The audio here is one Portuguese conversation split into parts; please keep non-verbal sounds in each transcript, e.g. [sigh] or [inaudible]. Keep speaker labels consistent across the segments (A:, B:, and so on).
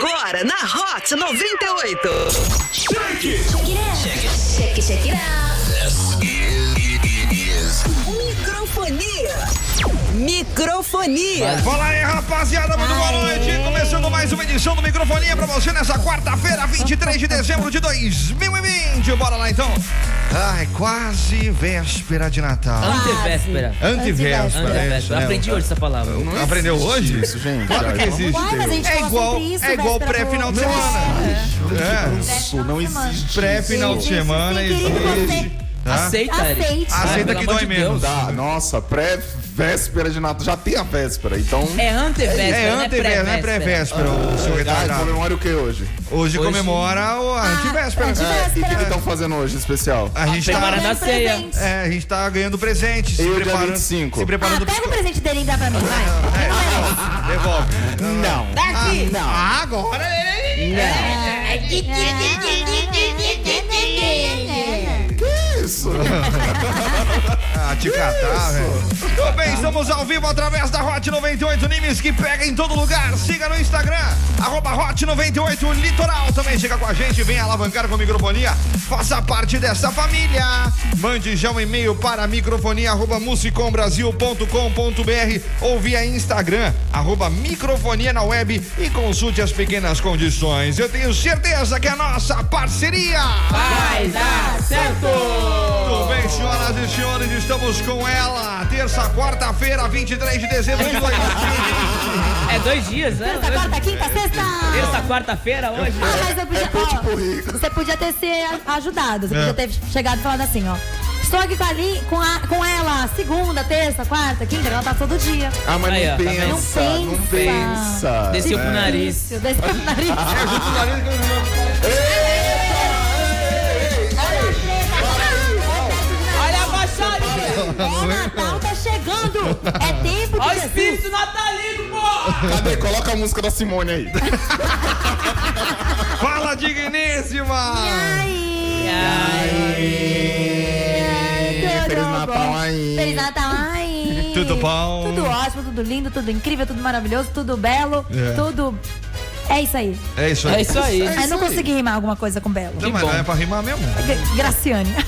A: agora na Hot 98.
B: Check, check it out.
A: Microfonia. Microfonia.
C: Fala aí, rapaziada, muito boa noite. Começando mais uma edição do Microfonia pra você nessa quarta-feira, 23 de dezembro de 2020. Bora lá então. Ai, quase véspera de Natal.
D: Ah,
E: Antevéspera.
C: Antivéspera, é isso,
E: Antevéspera.
C: né?
E: Aprendi hoje essa palavra.
C: Aprendeu hoje?
F: Isso, gente.
C: Claro que
F: Ai,
C: existe.
B: Uai, mas a gente
C: é
B: fala
C: igual,
B: sempre isso,
C: é igual
B: véspera
C: pré-final de
B: do-
C: semana. É,
F: Isso, não existe.
C: pré-final de
B: Gente,
C: semana
B: isso, sim, querido
C: existe. tá?
E: Aceita, Eric.
B: Aceite.
E: Vai,
C: Aceita
E: pelo
C: que
E: amor
C: dói
E: de Deus.
C: menos.
F: Dá, nossa, pré-véspera de Natal. Já tem a véspera, então.
E: É antevéspera,
C: É
D: né?
E: não é
C: antevéspera, não é pré-véspera, o senhor
F: Ah,
C: retardado.
F: comemora o que hoje?
E: Hoje-
C: Hoje comemora o a antivéspera.
F: É, e
B: antivéspera.
F: o que
B: Véspera.
F: estão fazendo hoje, especial?
C: A gente tá
E: Prepara da
B: Ganhando
E: ceia.
B: um presente.
C: É, a gente tá ganhando presente, se
F: Eu, dia
C: preparando.
F: 25.
C: Se
B: Ah,
C: preparando pro-
B: pega o presente dele e dá pra mim, vai. Eu não mereço.
C: Devolve.
F: Não.
B: Dá aqui.
C: Ah, agora ele.
F: Isso.
C: Ah, te catar, velho. Tudo bem, estamos ao vivo através da Hot 98 Nimes, que pega em todo lugar. Siga no Instagram, arroba Hot 98 Litoral. Também chega com a gente, vem alavancar com a microfonia. Faça parte dessa família. Mande já um e-mail para microfonia, arroba musicombrasil.com.br ou via Instagram, arroba microfonia na web e consulte as pequenas condições. Eu tenho certeza que é a nossa parceria.
E: Vai dar certo.
C: Muito bem, senhoras e senhores, estamos com ela. Terça, quarta-feira, 23 de dezembro de 2020.
E: É dois dias, né?
B: Terça, quarta, quinta, sexta.
E: Terça, quarta-feira, hoje.
B: Ah, mas eu podia,
F: É peixe
B: ó,
F: pro rico.
B: você podia ter se a- ajudado. Você
C: É.
B: podia ter chegado e falado assim, ó. Estou aqui com, a Li- com, a- com ela segunda, terça, quarta, quinta, ela tá todo dia.
F: Ah, mas
E: Aí, ó,
F: não
E: tá vendo?
F: pensa,
B: Não
F: não
B: pensa.
F: pensa.
E: Desceu pro nariz.
B: Isso, desceu o nariz.
C: Ah,
E: Olha a baixaria.
B: É Natal, tá chegando! É tempo
E: Olha o
B: de Jesus!
E: espírito natalino, pô.
F: Cadê? Coloca a música da Simone aí.
C: um. Fala, digníssima!
B: assim, Ai, tudo
F: Feliz
B: bom?
F: Natal aí.
B: Feliz Natal aí!
C: [laughs] Tudo bom?
B: Tudo ótimo, tudo lindo, tudo incrível, tudo maravilhoso, tudo belo,
C: É.
B: tudo. É isso aí.
C: É isso
E: É
C: aí.
E: isso aí.
B: eu não
F: aí.
B: consegui rimar alguma coisa com belo.
C: Não, mas
E: bom.
C: não é pra rimar mesmo.
B: G- Graciane.
C: [laughs]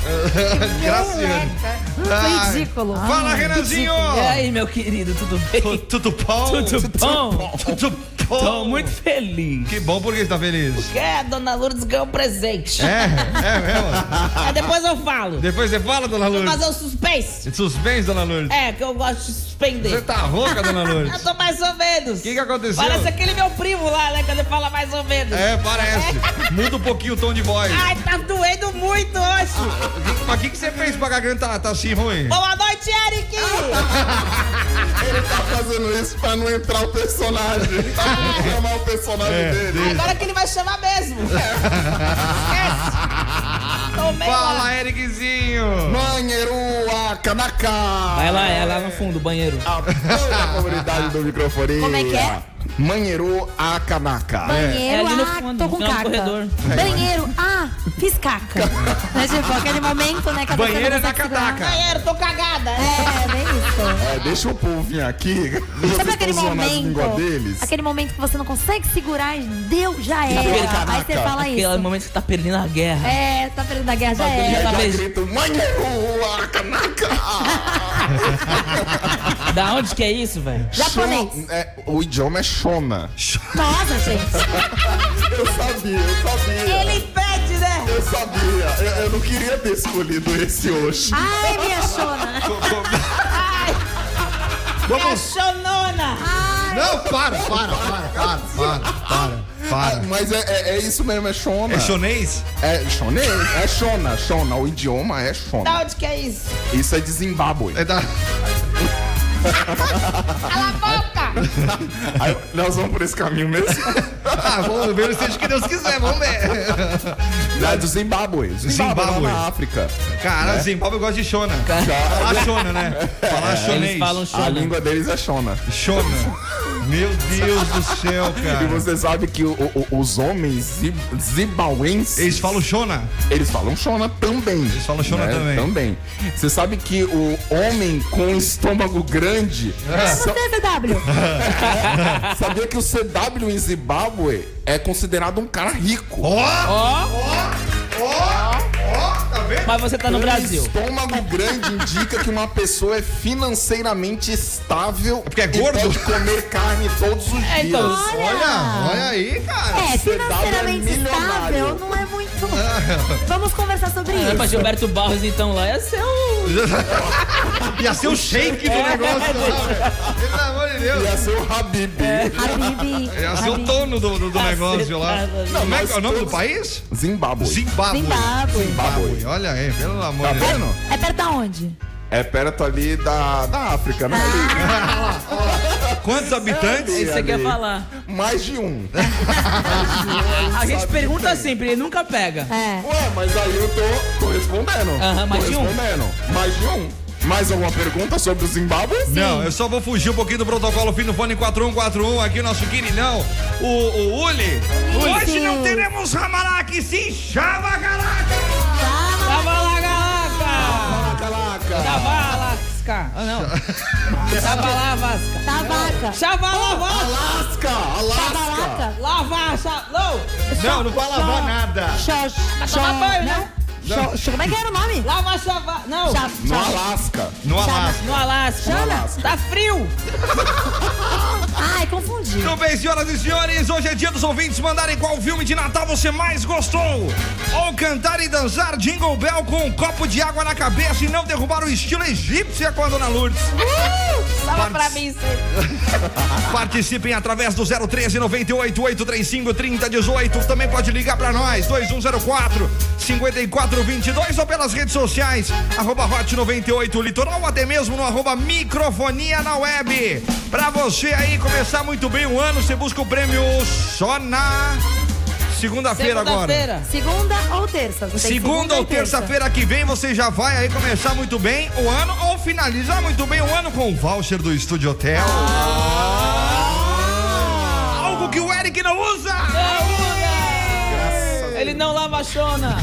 C: Graciane.
B: Foi ridículo.
C: Fala, Renanzinho!
E: E aí, meu querido, tudo
C: Tu-
E: bem?
C: Tudo bom?
E: Tudo bom?
C: Tudo bom?
E: Tô muito feliz.
C: Que bom porque está feliz.
E: Que É, a dona Lourdes ganhou um
C: [laughs]
E: presente.
C: É, é mesmo.
E: Aí depois eu falo.
C: Depois você fala, dona
E: Vou
C: Lourdes.
E: fazer o suspense.
C: Suspense, dona Lourdes.
E: É, que eu gosto de
C: Você
E: suspender.
C: tá rouca, dona
E: Eu
C: Lourdes?
E: tô mais ou menos.
C: O que, que aconteceu?
E: Parece aquele meu primo lá, né? Quando ele fala mais ou menos.
C: É, parece. Muda um pouquinho o tom de voz.
E: Ai, tá doendo muito hoje.
C: Mas o que, que você fez pra garganta tá, tá assim ruim?
E: Boa noite, Eric.
F: Ele tá fazendo isso pra não entrar o personagem. Tá pra chamar o personagem
C: É,
F: dele.
C: dele.
E: Agora que ele vai chamar
F: [laughs]
E: mesmo. Esquece. Tomei lá.
C: Fala, Ericzinho!
F: Banheiro Akanaka.
E: Vai lá, é lá no fundo, banheiro.
F: A toda a comunidade do microfone.
B: Como é que é?
F: Banheiro Akanaka.
E: É
B: Banheiro,
E: ali no
B: ah,
E: fundo,
B: tô
E: no
B: com
E: final do
B: caca.
E: corredor.
B: Banheiro, ah, fiz caca. né, tipo, aquele momento, né? Que a pessoa
C: Banheiro
B: não
C: é da
B: consegue segurar.
C: cataca.
E: Banheiro, tô cagada.
B: É, bem isso.
F: É, deixa o povo vir aqui.
B: Sabe
F: Vocês
B: aquele
F: estão zoando as línguas
B: momento?
F: deles.
B: Aquele momento que você não consegue segurar, deu, já
E: Aquele
B: era. Aí
F: cataca.
B: você fala
E: Aquele
B: isso.
E: momento que tá perdendo a guerra.
B: É, tá perdendo a guerra, já
F: E
B: era.
F: aí já
E: Talvez.
F: grito, banheiro Akanaka.
E: Da onde que é isso, velho?
B: [laughs] Japonês.
F: Shon- é, o idioma é Shona.
B: Nossa, gente.
F: Eu sabia, eu sabia.
E: impede, né?
F: Eu sabia. Eu, eu não queria ter escolhido esse hoje.
B: Ai, minha chona.
E: É
C: Vamos!
E: Chonona.
B: Ai.
C: Não, para, para, para, para, para, para,
F: Ah,
C: para.
F: Mas é, é- é isso mesmo, é Shona.
C: É chonês?
F: É chonês? É Shona, Shona. O idioma é
B: Tá
F: Shona.
E: onde que é isso?
F: Isso é de Zimbábue.
C: É da... [laughs]
E: Cala a boca.
F: [laughs] Aí, nós vamos por esse
C: [laughs]
F: caminho mesmo.
C: Ah, vamos ver o seja que Deus quiser, vamos ver.
F: é do Zimbábue. Zimbábue,
C: Zimbábue.
F: lá na África.
C: Cara, Zimbábue gosta de chona.
F: Já-
C: Falar chona, né? Falar
E: Eles
C: chonês.
E: falam
F: a
E: chonona.
F: língua deles é Shona.
C: Chona. Meu Deus do céu,
F: E
C: cara.
F: você sabe que o- o- os homens zi- zimbauenses,
C: Eles falam chona.
F: eles falam Shona também. né?
C: Eles falam Shona também.
F: Também.
C: É.
F: Você sabe que o homem com estômago um grande
B: Você, CW.
F: Sabia que o CW em Zimbábue é considerado um cara rico.
C: Ó, ó,
E: Ó,
C: ó, tá vendo?
E: mas você tá no Brasil.
F: Um estômago grande indica que uma pessoa é financeiramente estável
C: porque é
F: e
C: gordo?
F: pode comer carne todos os dias.
E: É, então,
C: Olha, olha aí, cara.
B: É, financeiramente
F: é milionário.
B: estável não é muito. Vamos conversar sobre
E: É pra
B: isso.
E: Gilberto Barros, então, lá ia ser um...
C: Ia ser o shake do negócio lá, velho. Pelo amor de Deus.
F: Ia ser o Habib.
E: É.
B: Habib.
C: Ia ser É assim, o
B: Habib.
C: dono do, do, do negócio lá.
E: Não,
C: Como é
F: mas
C: que é o nome do
F: todos-
C: país?
F: Zimbábue.
C: Zimbábue.
B: Zimbábue.
C: Zimbábue. Olha aí, pelo amor
F: Tá
C: de Deus.
F: vendo?
B: É perto da onde?
F: É perto ali da, da África, né?
C: Quantos habitantes?
F: Sim,
E: Ah, Isso você quer
F: ali.
E: falar.
F: Ali. Mais de um.
E: A gente
F: sabe
E: pergunta
F: que tem.
E: sempre, ele nunca pega.
B: É.
F: Ué, mas aí eu tô, tô respondendo.
E: Aham, mais
F: tô
E: de um.
F: respondendo. Mais de um. Mais alguma pergunta sobre o Zimbábue?
C: Não, eu só vou fugir um pouquinho do protocolo fim do fone 4141 aqui, nosso queridão, o, o Uli. Hoje não teremos Ramalac, sim, chama caraca!
B: Tá,
E: Tava lá, galaca!
F: Calaca.
E: Tava lá, Lasca! Ah,
F: [laughs]
E: não. Tava lá, Vasca!
B: tá vaca.
E: Chava lá, Vasca!
F: Alasca,
B: Tá
F: Alasca.
B: vaca.
E: Lavar, chá... Não!
C: Não, não vai lavar
B: Só-
C: nada.
B: Xó, xó,
E: tomar banho,
B: não?
E: né?
B: Xó- xó- Como é que era o nome?
E: Lava, chava... Não!
B: Chá-
F: No
B: chá-
F: Alasca.
C: No Alasca.
E: No Alasca!
B: Chama.
E: Tá frio!
B: Ai, confundi.
C: Muito bem, senhoras e senhores, hoje é dia dos ouvintes mandarem qual filme de Natal você mais gostou. Ou cantar e dançar Jingle Bell com um copo de água na cabeça e não derrubar o estilo egípcio é com a Dona Lourdes.
E: Tava
C: Partes.
E: pra mim, sim.
C: Participem através do 013 98 835 3018. Também pode ligar pra nós, 2104 5422 ou pelas redes sociais, arroba Hot 98 Litoral, ou até mesmo no arroba Microfonia na web. Pra você aí começar muito bem o ano, você busca o prêmio só na segunda-feira
E: Segunda-feira.
C: agora.
B: Segunda ou terça? Você tem
C: Segunda ou
B: e terça.
C: terça-feira que vem você já vai aí começar muito bem o ano ou finalizar muito bem o ano com o voucher do Estúdio Hotel.
B: Ah!
C: Algo que o Eric não usa!
E: Ele não lava a chona.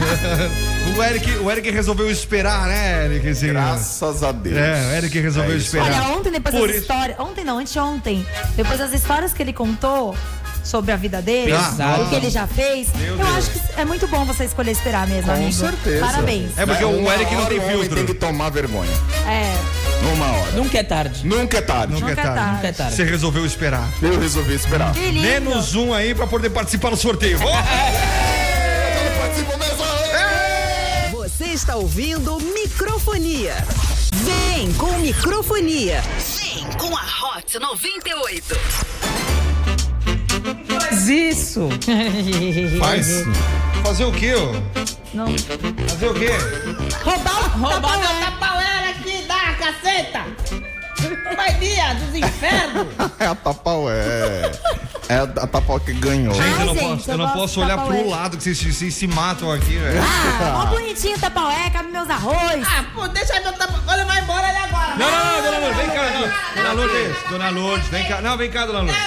C: O Eric, o Eric resolveu esperar, né, Eric? Esse-
F: Graças a Deus.
C: É, o Eric resolveu
F: É isso.
C: esperar.
B: Olha, ontem, depois
C: Por
B: das
C: isso.
B: histórias. Ontem não, anteontem. Depois das histórias que ele contou sobre a vida dele,
C: Pesado.
B: o que ele já fez, eu
C: Deus.
B: acho que é muito bom você escolher esperar mesmo,
F: Com
B: amigo.
F: certeza.
B: Parabéns.
C: É porque o
F: Uma
C: Eric não
F: hora
C: tem
F: o homem
C: filtro.
F: tem que tomar vergonha.
B: É,
F: Numa hora.
E: Nunca é tarde.
F: Nunca é tarde.
C: Nunca é
B: Nunca é
C: tarde.
E: Nunca é tarde.
C: Você resolveu esperar.
F: Eu resolvi esperar.
B: que lindo.
C: Menos um aí pra poder participar do sorteio. Ó,
F: Então participou dessa-
A: Você está ouvindo Microfonia. Vem com Microfonia. Vem com a Hot 98.
E: Faz isso.
C: Faz. Fazer o quê, ô?
B: Não.
C: Fazer o quê?
B: Roubar o
C: tá
E: Roubar
B: tapaué.
E: meu tapauera aqui da caceta. Vai dia dos infernos.
F: É a Tapau, é. É a Tapau que ganhou.
C: Ah, Gente, eu não
B: gente,
C: posso, eu
B: eu
C: não
B: gosto
C: posso
B: de
C: olhar
B: tapaué.
C: pro lado que vocês, vocês se matam aqui, velho.
B: Ah, mó bonitinho o tapaué, cabe meus arroz.
E: Ah, pô, deixa meu tapauera. Ele vai embora ele agora.
C: Não, não, não, dona Lourdes, vem cá, não. Dona Lourdes, dona Lourdes, vem cá. Não, vem cá, dona Lourdes.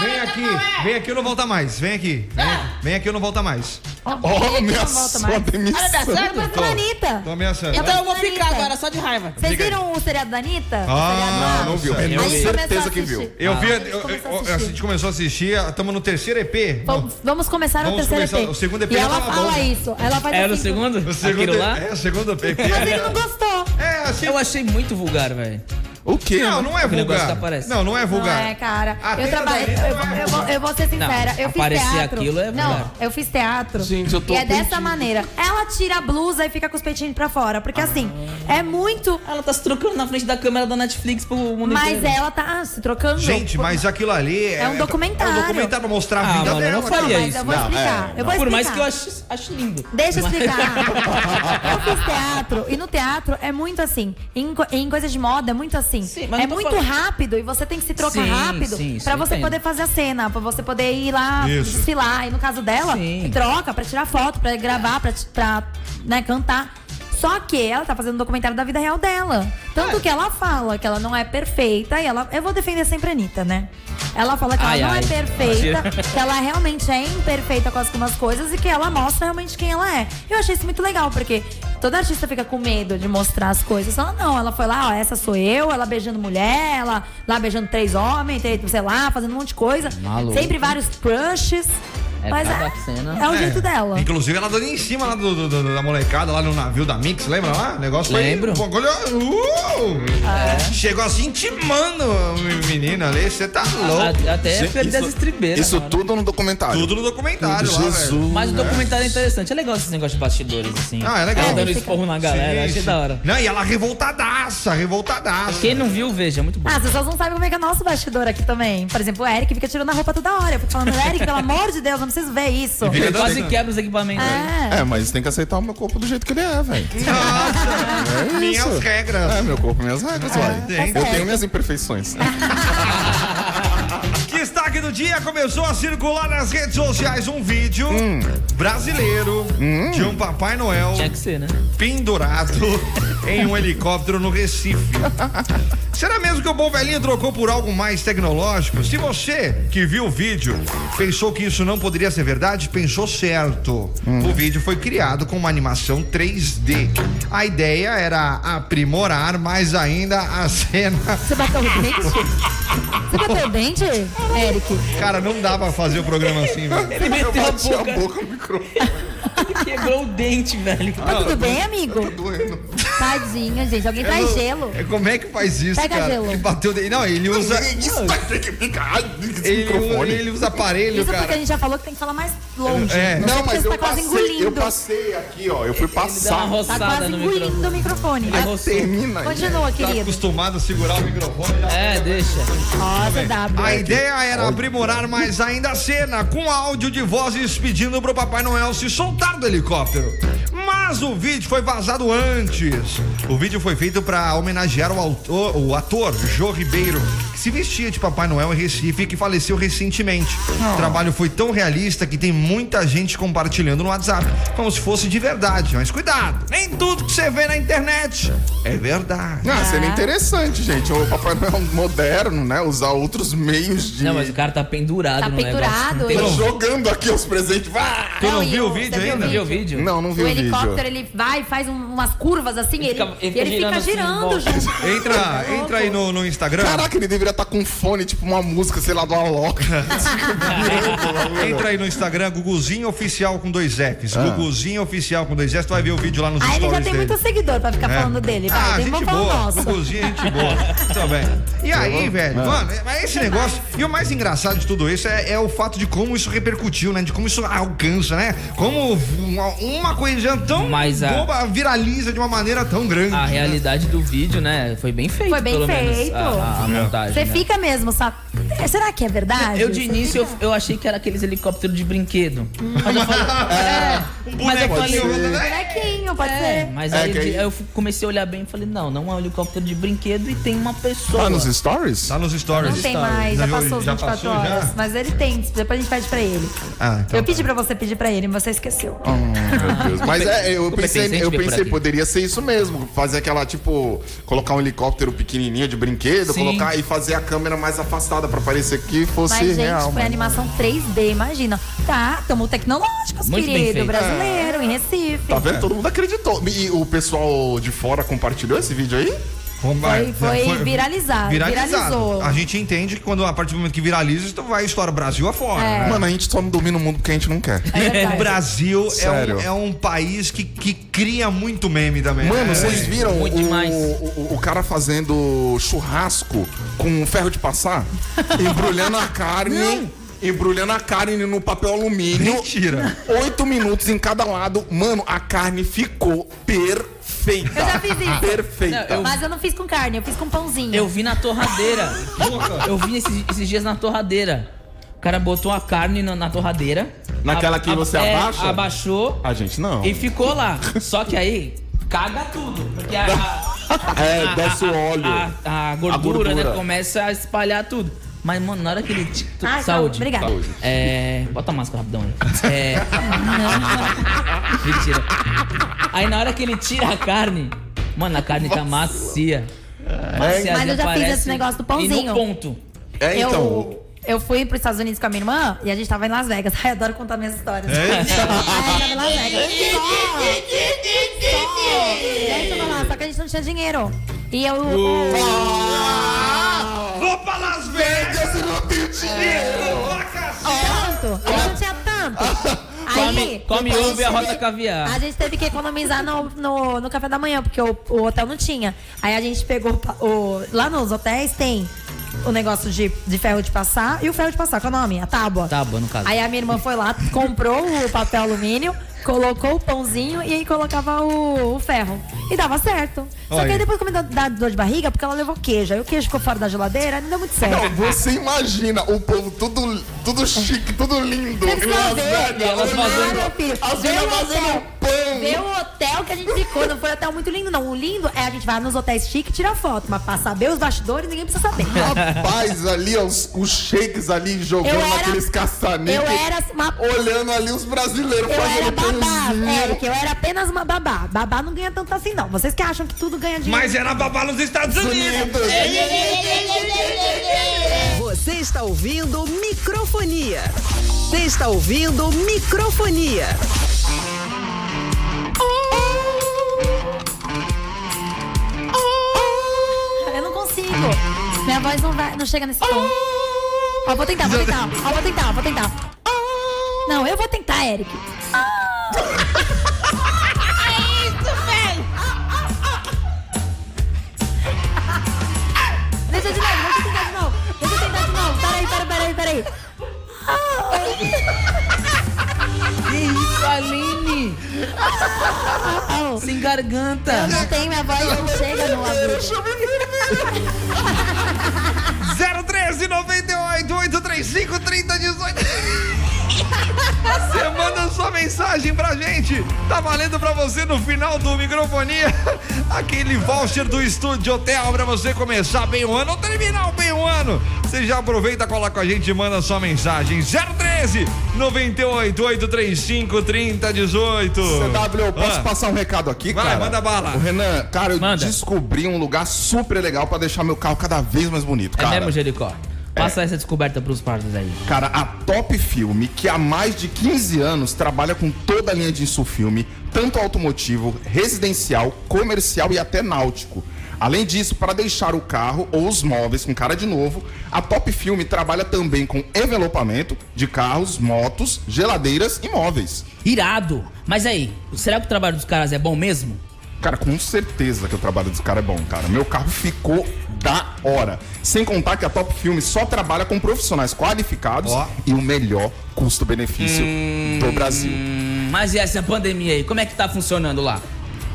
C: Vem aqui, vem aqui, eu não volta mais. Vem aqui, vem, vem aqui, eu não volta mais.
F: Ó,
B: volta
F: ameaçou a
B: mais.
E: Olha, tá
F: demissão.
E: certo?
B: Depois
C: Então
B: da Anitta.
C: Tô ameaçando.
E: Então eu vou
B: Anitta.
E: ficar agora, só de raiva.
B: Vocês
C: Diga aí.
B: viram o seriado da Anitta? O
C: Ah,
B: seriado
F: Ah,
B: lá?
F: não viu. Eu
B: A
F: tenho
B: gente começou a
F: certeza que
B: assistir.
F: viu.
C: Eu vi,
B: A gente
C: eu-
B: começou
C: eu-
B: Ah,
C: assim,
B: a
C: a
B: assistir.
C: gente começou a assistir, estamos no terceiro EP. não?
B: Vamos, vamos começar no
C: Vamos
B: terceiro
C: começar-
B: EP.
C: o segundo é EP
B: E
C: já
B: ela
C: tava
B: fala
C: bom.
B: isso. Ela faz
E: Era o
B: assim,
E: É segundo?
C: O segundo,
E: Aquilo lá?
C: é, o segundo EP.
B: Mas ele não gostou.
C: É, assim.
E: Eu achei muito vulgar, velho.
F: O quê?
C: Não, não é
E: O negócio tá
C: vulgar.
E: que aparece.
C: Não, não é
B: Não
C: vulgar.
B: é, cara.
C: A
B: eu
C: tenda
B: trabalhei.
C: da
B: Eu,
C: Anitta não é
B: eu vou, eu vou ser sincera. eu fiz
E: aparecer
B: teatro.
E: aquilo é vulgar.
B: Não, eu fiz teatro.
F: Gente, eu tô
B: E é dessa
F: perdido.
B: maneira. Ela tira a blusa e fica com os peitinhos pra fora. Porque assim, é muito.
E: Ela tá se trocando na frente da câmera da Netflix pro mundo
B: Mas
E: inteiro.
B: ela tá ah, se trocando.
C: Gente, mas aquilo ali é.
B: É um documentário.
C: É um documentário pra mostrar a
E: Ah,
C: vida
E: mano,
C: dela.
E: eu não faria
B: Não, mas
E: isso.
B: eu vou
F: Não,
B: explicar.
F: é,
B: eu vou
E: Por
B: explicar.
E: mais que eu acho, acho lindo.
B: Deixa eu
E: Mas- [laughs]
B: explicar. eu fiz teatro e no teatro é muito assim. Em, co- em coisa de moda é muito assim.
E: Sim, mas
B: é
E: não tô
B: muito
E: falando-
B: rápido e você tem que se trocar
E: Sim,
B: rápido
E: sim, sim,
B: pra você
E: entendo.
B: poder fazer a cena, pra você poder ir lá
C: Isso.
B: desfilar. E no caso dela,
E: Sim.
B: troca pra tirar foto, pra gravar, pra, ti- pra né, cantar. Só que ela tá fazendo um documentário da vida real é dela. Tanto que ela fala que ela não é perfeita e ela. Eu vou defender sempre a Anitta, né? Ela fala que
D: Ai,
B: ela não
D: ai.
B: é perfeita, que ela realmente é imperfeita com algumas coisas e que ela mostra realmente quem ela é. Eu achei isso muito legal, porque toda artista fica com medo de mostrar as coisas. Ela não, ela foi lá, ó, essa sou eu, ela beijando mulher, ela lá beijando três homens, três- sei lá, fazendo um monte de coisa.
D: Maluco.
B: Sempre vários crushes.
D: É
B: mas
D: cada
B: é,
D: cena.
B: é o
C: É.
B: jeito dela.
C: Inclusive, ela dando em cima lá do- do- do- da molecada, lá no navio da Mix, lembra lá? O negócio foi-
D: Lembro.
C: Pô, olha, uh!
B: É.
C: Chegou assim, intimando o menino ali. Você tá louco.
D: A- Até
F: Gente,
D: perder as
F: isso-
D: estribeiras.
F: Isso
D: mano.
F: tudo no documentário.
C: Tudo no documentário lá, velho.
F: Jesus.
D: né? Mas o documentário é interessante. É legal esses negócios de bastidores, assim.
C: Ah, é legal.
D: Ela dando esporro na galera.
C: Sim,
D: Achei
C: sim.
D: da hora.
C: Não, e ela revoltadaça, revoltadaça.
D: Quem não viu, veja. Muito bom.
B: Ah, as pessoas não sabem como é que é o nosso bastidor aqui também. Por exemplo, o Eric fica tirando a roupa toda hora. Eu fico falando, Eric, pelo amor de Deus, eu não preciso ver isso.
C: Fica
D: Ele
C: dando-
D: quase quebra os equipamentos. aí.
B: É.
F: É, mas tem que aceitar o meu corpo do jeito que ele é, velho.
D: [laughs]
C: Nossa,
F: É
C: minhas
F: isso.
C: regras. Ah, tá
F: É, meu corpo, minhas regras, vai.
C: Gente.
F: Eu tenho minhas imperfeições. [laughs]
C: Destaque do dia começou a circular nas redes sociais um vídeo brasileiro de um Papai Noel
D: Hum. Tinha que ser, né?
C: pendurado [laughs] em um helicóptero no Recife. [laughs] Será mesmo que o bom velhinho trocou por algo mais tecnológico? Se você que viu o vídeo pensou que isso não poderia ser verdade, pensou certo. O vídeo foi criado com uma animação 3D. A ideia era aprimorar mais ainda a [laughs] cena.
B: Você bateu o dente? Você bateu o dente, Eric?
C: Cara, não dá pra fazer o programa assim, velho.
D: Ele meteu
F: Eu
D: a
F: bati a
D: boca,
F: boca no microfone,
D: quebrou o dente, velho.
B: Tá tudo bem, amigo?
F: doendo.
B: Tadinho, gente. Alguém [laughs] traz gelo.
C: É, Como é que faz isso,
B: Pega
C: cara?
B: gelo.
C: Ele bateu dele. Não, ele usa.
F: Isso vai ter que ficar. Esse
C: Ele, u-
F: microfone.
C: ele usa aparelho,
B: Isso porque a
C: cara.
B: gente já falou que tem que falar mais longe.
C: É.
B: Não,
F: Não,
B: mas
F: mas
B: você
F: eu
B: tá quase
F: passei, eu
B: engolindo.
F: passei aqui, ó. Eu fui
D: Ele dá uma
F: passar.
B: Tá
D: roçada
B: quase
D: no
B: engolindo o
D: microfone.
B: microfone.
D: Ele roçou.
F: Termina aí.
B: Continua,
C: Tá
B: querido.
C: acostumado a segurar o microfone. tá?
D: É, deixa.
B: Nossa, W.
C: A ideia era aprimorar mais ainda a cena, com áudio de vozes pedindo pro Papai Noel se soltar do helicóptero. Mas o vídeo foi vazado antes. O vídeo foi feito pra homenagear o, autor- o ator Jô Ribeiro, que se vestia de Papai Noel em Recife e que faleceu recentemente. O trabalho foi tão realista que tem muita gente compartilhando no WhatsApp, como se fosse de verdade. Mas cuidado, nem tudo que você vê na internet é verdade.
F: Não, seria interessante, gente. O Papai Noel moderno, né? Usar outros meios de.
D: Não, mas o cara tá pendurado
B: Tá
D: no
B: pendurado,
D: negócio.
B: ele-
F: Tô
D: Não tem- um-
F: Jogando aqui os presentes. Vá!
C: Tu não
B: e
C: viu o
B: você
C: vídeo
B: viu
C: ainda?
D: Viu o vídeo?
F: Não, não vi
B: O
F: o vídeo.
B: helicóptero, é ele vai e faz um- umas curvas assim, ele,
D: fica- ele
B: e
D: fica
B: ele
D: girando
B: fica girando
D: assim, em
B: junto. Tá
C: Entra, entra aí no, no Instagram.
F: Caraca, ele deveria estar com fone, tipo uma música, sei lá, do Alok.
C: Entra aí no Instagram, Guguzinho Oficial com dois Fs. Guguzinho Oficial com dois Fs. Tu vai ver o vídeo lá nos
B: Aí Ah, ele
C: stories
B: já tem
C: dele.
B: muito seguidor pra ficar
C: É.
B: falando dele. Vai,
C: Ah,
B: tem
C: gente
B: vamos falar o
C: boa.
B: nosso.
C: Guguzinho, é gente boa. Também. E aí, velho, mano, é- mas esse negócio. E o mais engraçado de tudo isso é, é o fato de como isso repercutiu, né? De como isso alcança, né? Como uma, uma coisinha tão
D: Mas a-
C: boba viraliza de uma maneira tão grande.
D: A
C: né?
D: realidade do vídeo, né? Foi bem feito,
B: Foi bem
D: pelo menos.
B: feito.
D: A, a- a montagem.
B: Você
D: né?
B: fica mesmo, sabe? É, Será que é verdade?
D: Eu de
B: Você
D: início eu, eu achei que era aqueles helicópteros de brinquedo. Mas eu
F: [laughs]
D: falei, é,
C: Um
D: mas é que eu
C: bonequinho,
D: falei,
C: né?
B: Bonequinho, pode
D: é,
B: ser.
D: mas
F: É,
D: aí
F: que
D: de-
F: aí-
D: aí eu fu- comecei a olhar bem e falei, não, não é um helicóptero de brinquedo e tem uma pessoa.
F: Ah, nos stories?
C: Tá nos stories.
B: Não tem mais, já
C: né? Já
B: passou os
C: já
B: 24
C: passou, já?
B: horas. Mas ele tem, depois a gente pede pra ele.
C: Ah, então
B: eu
C: tá.
B: pedi pra você pedir pra ele, mas você esqueceu.
F: Ah, meu Deus. Mas é, eu
D: Competente
F: pensei, eu
D: ver por
F: pensei,
D: aqui.
F: poderia ser isso mesmo. Fazer aquela, tipo, colocar um helicóptero pequenininho de brinquedo,
D: Sim.
F: colocar e fazer a câmera mais afastada pra parecer que fosse
B: Mas, gente,
F: é real.
B: foi animação 3D, imagina. Tá, tamo tecnológicos,
D: Muito bem
B: querido,
D: feito.
B: brasileiro, em Recife.
F: Tá vendo? Todo mundo acreditou. E o pessoal de fora compartilhou esse vídeo aí?
C: Como vai?
B: Foi- foi viralizado, viralizou.
C: A gente entende que quando a partir do momento que viraliza, isso vai estourar Brasil afora.
B: É.
C: né?
F: Mano, a gente só não domina o mundo porque a gente não quer.
B: É
C: O [laughs]
B: verdade.
C: Brasil é um,
F: Sério.
C: é um país que, que cria muito meme também.
F: Mano,
C: né?
F: vocês viram o,
D: Muito demais.
F: o- o- o cara fazendo churrasco com um ferro de passar? Embrulhando a carne. Embrulhando a carne no papel alumínio.
C: Mentira.
F: Oito minutos em cada lado. Mano, a carne ficou perfeita.
B: Eu já fiz isso.
F: Perfeita.
D: Não, eu-
B: Mas eu não fiz com carne, eu fiz com pãozinho.
D: Eu vi na torradeira. eu vi esses, esses dias na torradeira. O cara botou a carne na, na torradeira.
F: Naquela que você
D: é,
F: abaixa?
D: Abaixou
F: A Ah, gente não.
D: e ficou lá. Só que aí, caga tudo. Porque a. a-
F: [laughs] É,
D: a-
F: desce o
D: a-
F: óleo.
D: A, a gordura,
F: gordura.
D: né? Começa a espalhar tudo. Mas, mano, na hora que ele. t-
B: Ah,
D: saúde.
B: Obrigada.
F: Saúde.
D: É. Bota a máscara rapidão aí.
B: [laughs]
D: É. Mentira. Aí na hora que ele tira a carne, mano, a carne tá macia. Maciazinha,
F: É,
B: É. Mas eu já fiz
D: parece-
B: esse negócio do pãozinho.
D: E no ponto.
F: É,
B: Eu-
F: então.
B: eu fui pros Estados Unidos com a minha irmã e a gente tava em Las Vegas. [laughs] Ai, adoro contar minhas histórias.
C: É?
B: [laughs] Ai, tava em Las Vegas. Só. E aí, tava lá, só que a gente não tinha dinheiro. E eu.
C: Vou pra Las Vegas!
F: Esse não tem dinheiro.
B: Tanto. A gente não tinha tanto.
D: Come,
B: Aí,
D: come
B: então,
D: ovo e arrota
B: gente- A
D: caviar.
B: gente teve que economizar no, no, no café da manhã, porque o, o hotel não tinha. Aí a gente pegou. pa- O, lá nos hotéis tem o negócio de, de ferro de passar e o ferro de passar, qual é o nome? A tábua.
D: Tábua, no caso.
B: Aí a minha irmã foi lá, comprou o papel alumínio, colocou o pãozinho e aí colocava o, o ferro. E dava certo. Só
C: Olha.
B: que aí depois começou a dar dor de barriga, porque ela levou queijo. Aí o queijo ficou fora da geladeira, não deu muito certo.
F: Não, você imagina o povo tudo, tudo chique, tudo lindo.
B: Eles
F: em
B: não
F: Las
B: vê.
F: Vegas,
D: Elas
F: olhando,
D: fazendo-
B: Ah, meu filho,
F: As
B: vê
F: meninas
B: o hotel.
F: fazendo um pão.
B: Vê o hotel que a gente ficou. Não foi um hotel muito lindo, não. O lindo é a gente vai nos hotéis chique e tira foto. Mas pra saber os bastidores, ninguém precisa
F: [laughs]
B: saber.
F: Rapaz, ali, ó, os, os shakes ali jogando
B: Eu era-
F: aqueles caçanetes.
B: Eu era uma...
F: Olhando ali os brasileiros
B: Eu era
F: fazendo
B: babá,
F: pãozinho.
B: Eric. Eu era apenas uma babá. Babá não ganha tanto assim, não. Vocês que acham que tudo ganha dinheiro.
C: Mas era babá nos Estados Unidos!
F: Unidos.
B: é
A: Você está ouvindo microfonia. Você está ouvindo microfonia.
B: Eu não consigo. Minha voz não, vai, não chega nesse tom. Ó, vou tentar, vou tentar. Ó, vou tentar, vou tentar. Não, eu vou tentar, Eric. Deixa de novo, deixa eu tentar de novo. Deixa eu tentar de novo. Peraí, peraí, peraí, peraí.
D: Que isso, Aline?
B: Oh,
D: Sem garganta.
B: eu não tenho, minha voz não chega no agudo.
C: 013 98 835 3018 [laughs] Você manda sua mensagem pra gente. Tá valendo pra você no final do microfonia [laughs] aquele voucher do estúdio hotel pra você começar bem o ano ou terminar bem o ano. Você já aproveita, cola com a gente e manda sua mensagem. 013 98 835 3018
F: CW, eu posso
C: Ah.
F: passar um recado aqui,
C: Vai,
F: cara?
C: manda bala.
F: O Renan, cara, eu
D: Manda.
F: descobri um lugar super legal pra deixar meu carro cada vez mais bonito,
D: É
F: cara. É.
D: mesmo, Jericó? Passa essa descoberta pros pardos aí.
F: Cara, a Top Filme, que há mais de 15 anos trabalha com toda a linha de insufilme, tanto automotivo, residencial, comercial e até náutico. Além disso, para deixar o carro ou os móveis com cara de novo, a Top Filme trabalha também com envelopamento de carros, motos, geladeiras e móveis.
D: Irado. Mas aí, será que o trabalho dos caras é bom mesmo?
F: Cara, com certeza que o trabalho desse cara é bom, cara. Meu carro ficou da hora. Sem contar que a Top Filme só trabalha com profissionais qualificados
C: Ó.
F: e o melhor custo-benefício do Brasil.
D: Hum, Mas e essa pandemia aí? Como é que tá funcionando lá?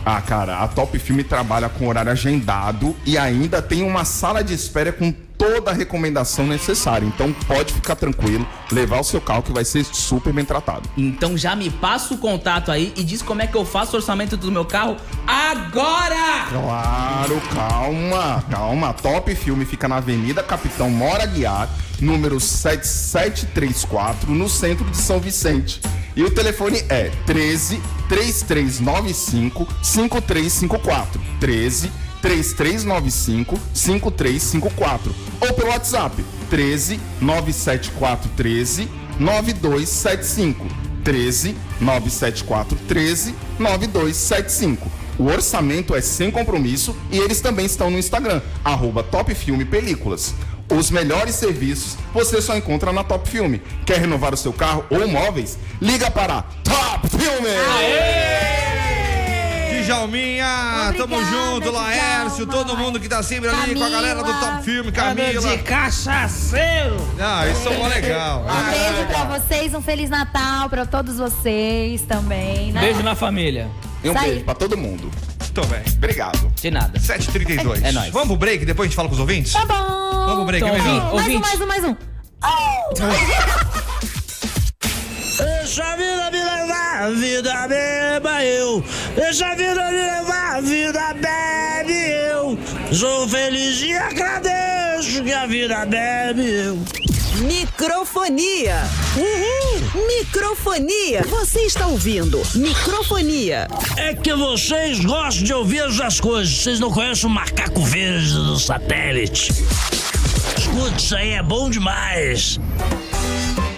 F: Ah, cara, a Top Filme trabalha com horário agendado e ainda tem uma sala de espera com toda a recomendação necessária. Então pode ficar tranquilo, levar o seu carro que vai ser super bem tratado.
D: Então já me passa o contato aí e diz como é que eu faço o orçamento do meu carro agora!
F: Claro, calma, calma. A Top Filme fica na Avenida Capitão Mora Guiar, número 7734, no centro de São Vicente. E o telefone é 13 3395 5354. 13 3395 5354. Ou pelo WhatsApp 13 974 13 9275. 13 974 13 9275. O orçamento é sem compromisso e eles também estão no Instagram, arroba Top Filme Películas. Os melhores serviços você só encontra na Top Filme. Quer renovar o seu carro ou móveis? Liga para Top Filme!
C: Djalminha, tamo
B: Obrigada,
C: junto,
B: Djalma.
C: Laércio, todo mundo que tá sempre ali com a
B: Camila.
C: galera do Top Filme, Camila.
D: cachaceiro!
C: Ah, isso é mó
D: [laughs]
C: legal.
B: Um beijo pra vocês, um Feliz Natal pra todos vocês também, né?
D: Beijo na família.
F: E um
B: Isso aí.
F: beijo pra todo mundo.
C: Muito bem.
F: Obrigado.
D: De nada.
C: 7h32.
D: É nóis.
C: Vamos pro break, depois a gente fala com os ouvintes?
B: Tá bom.
C: Vamos pro break, é
D: Então,
C: melhor.
D: ouvinte,
B: Mais um,
D: ouvinte.
B: mais um, mais um.
G: Deixa a vida me levar, vida beba eu. Deixa a vida me levar, vida bebe eu. Sou feliz e agradeço que a vida bebe eu.
A: Microfonia. Uhul. Microfonia. Você está ouvindo microfonia.
G: É que vocês gostam de ouvir as coisas. Vocês não conhecem o macaco verde do satélite. Putz, aí é bom demais.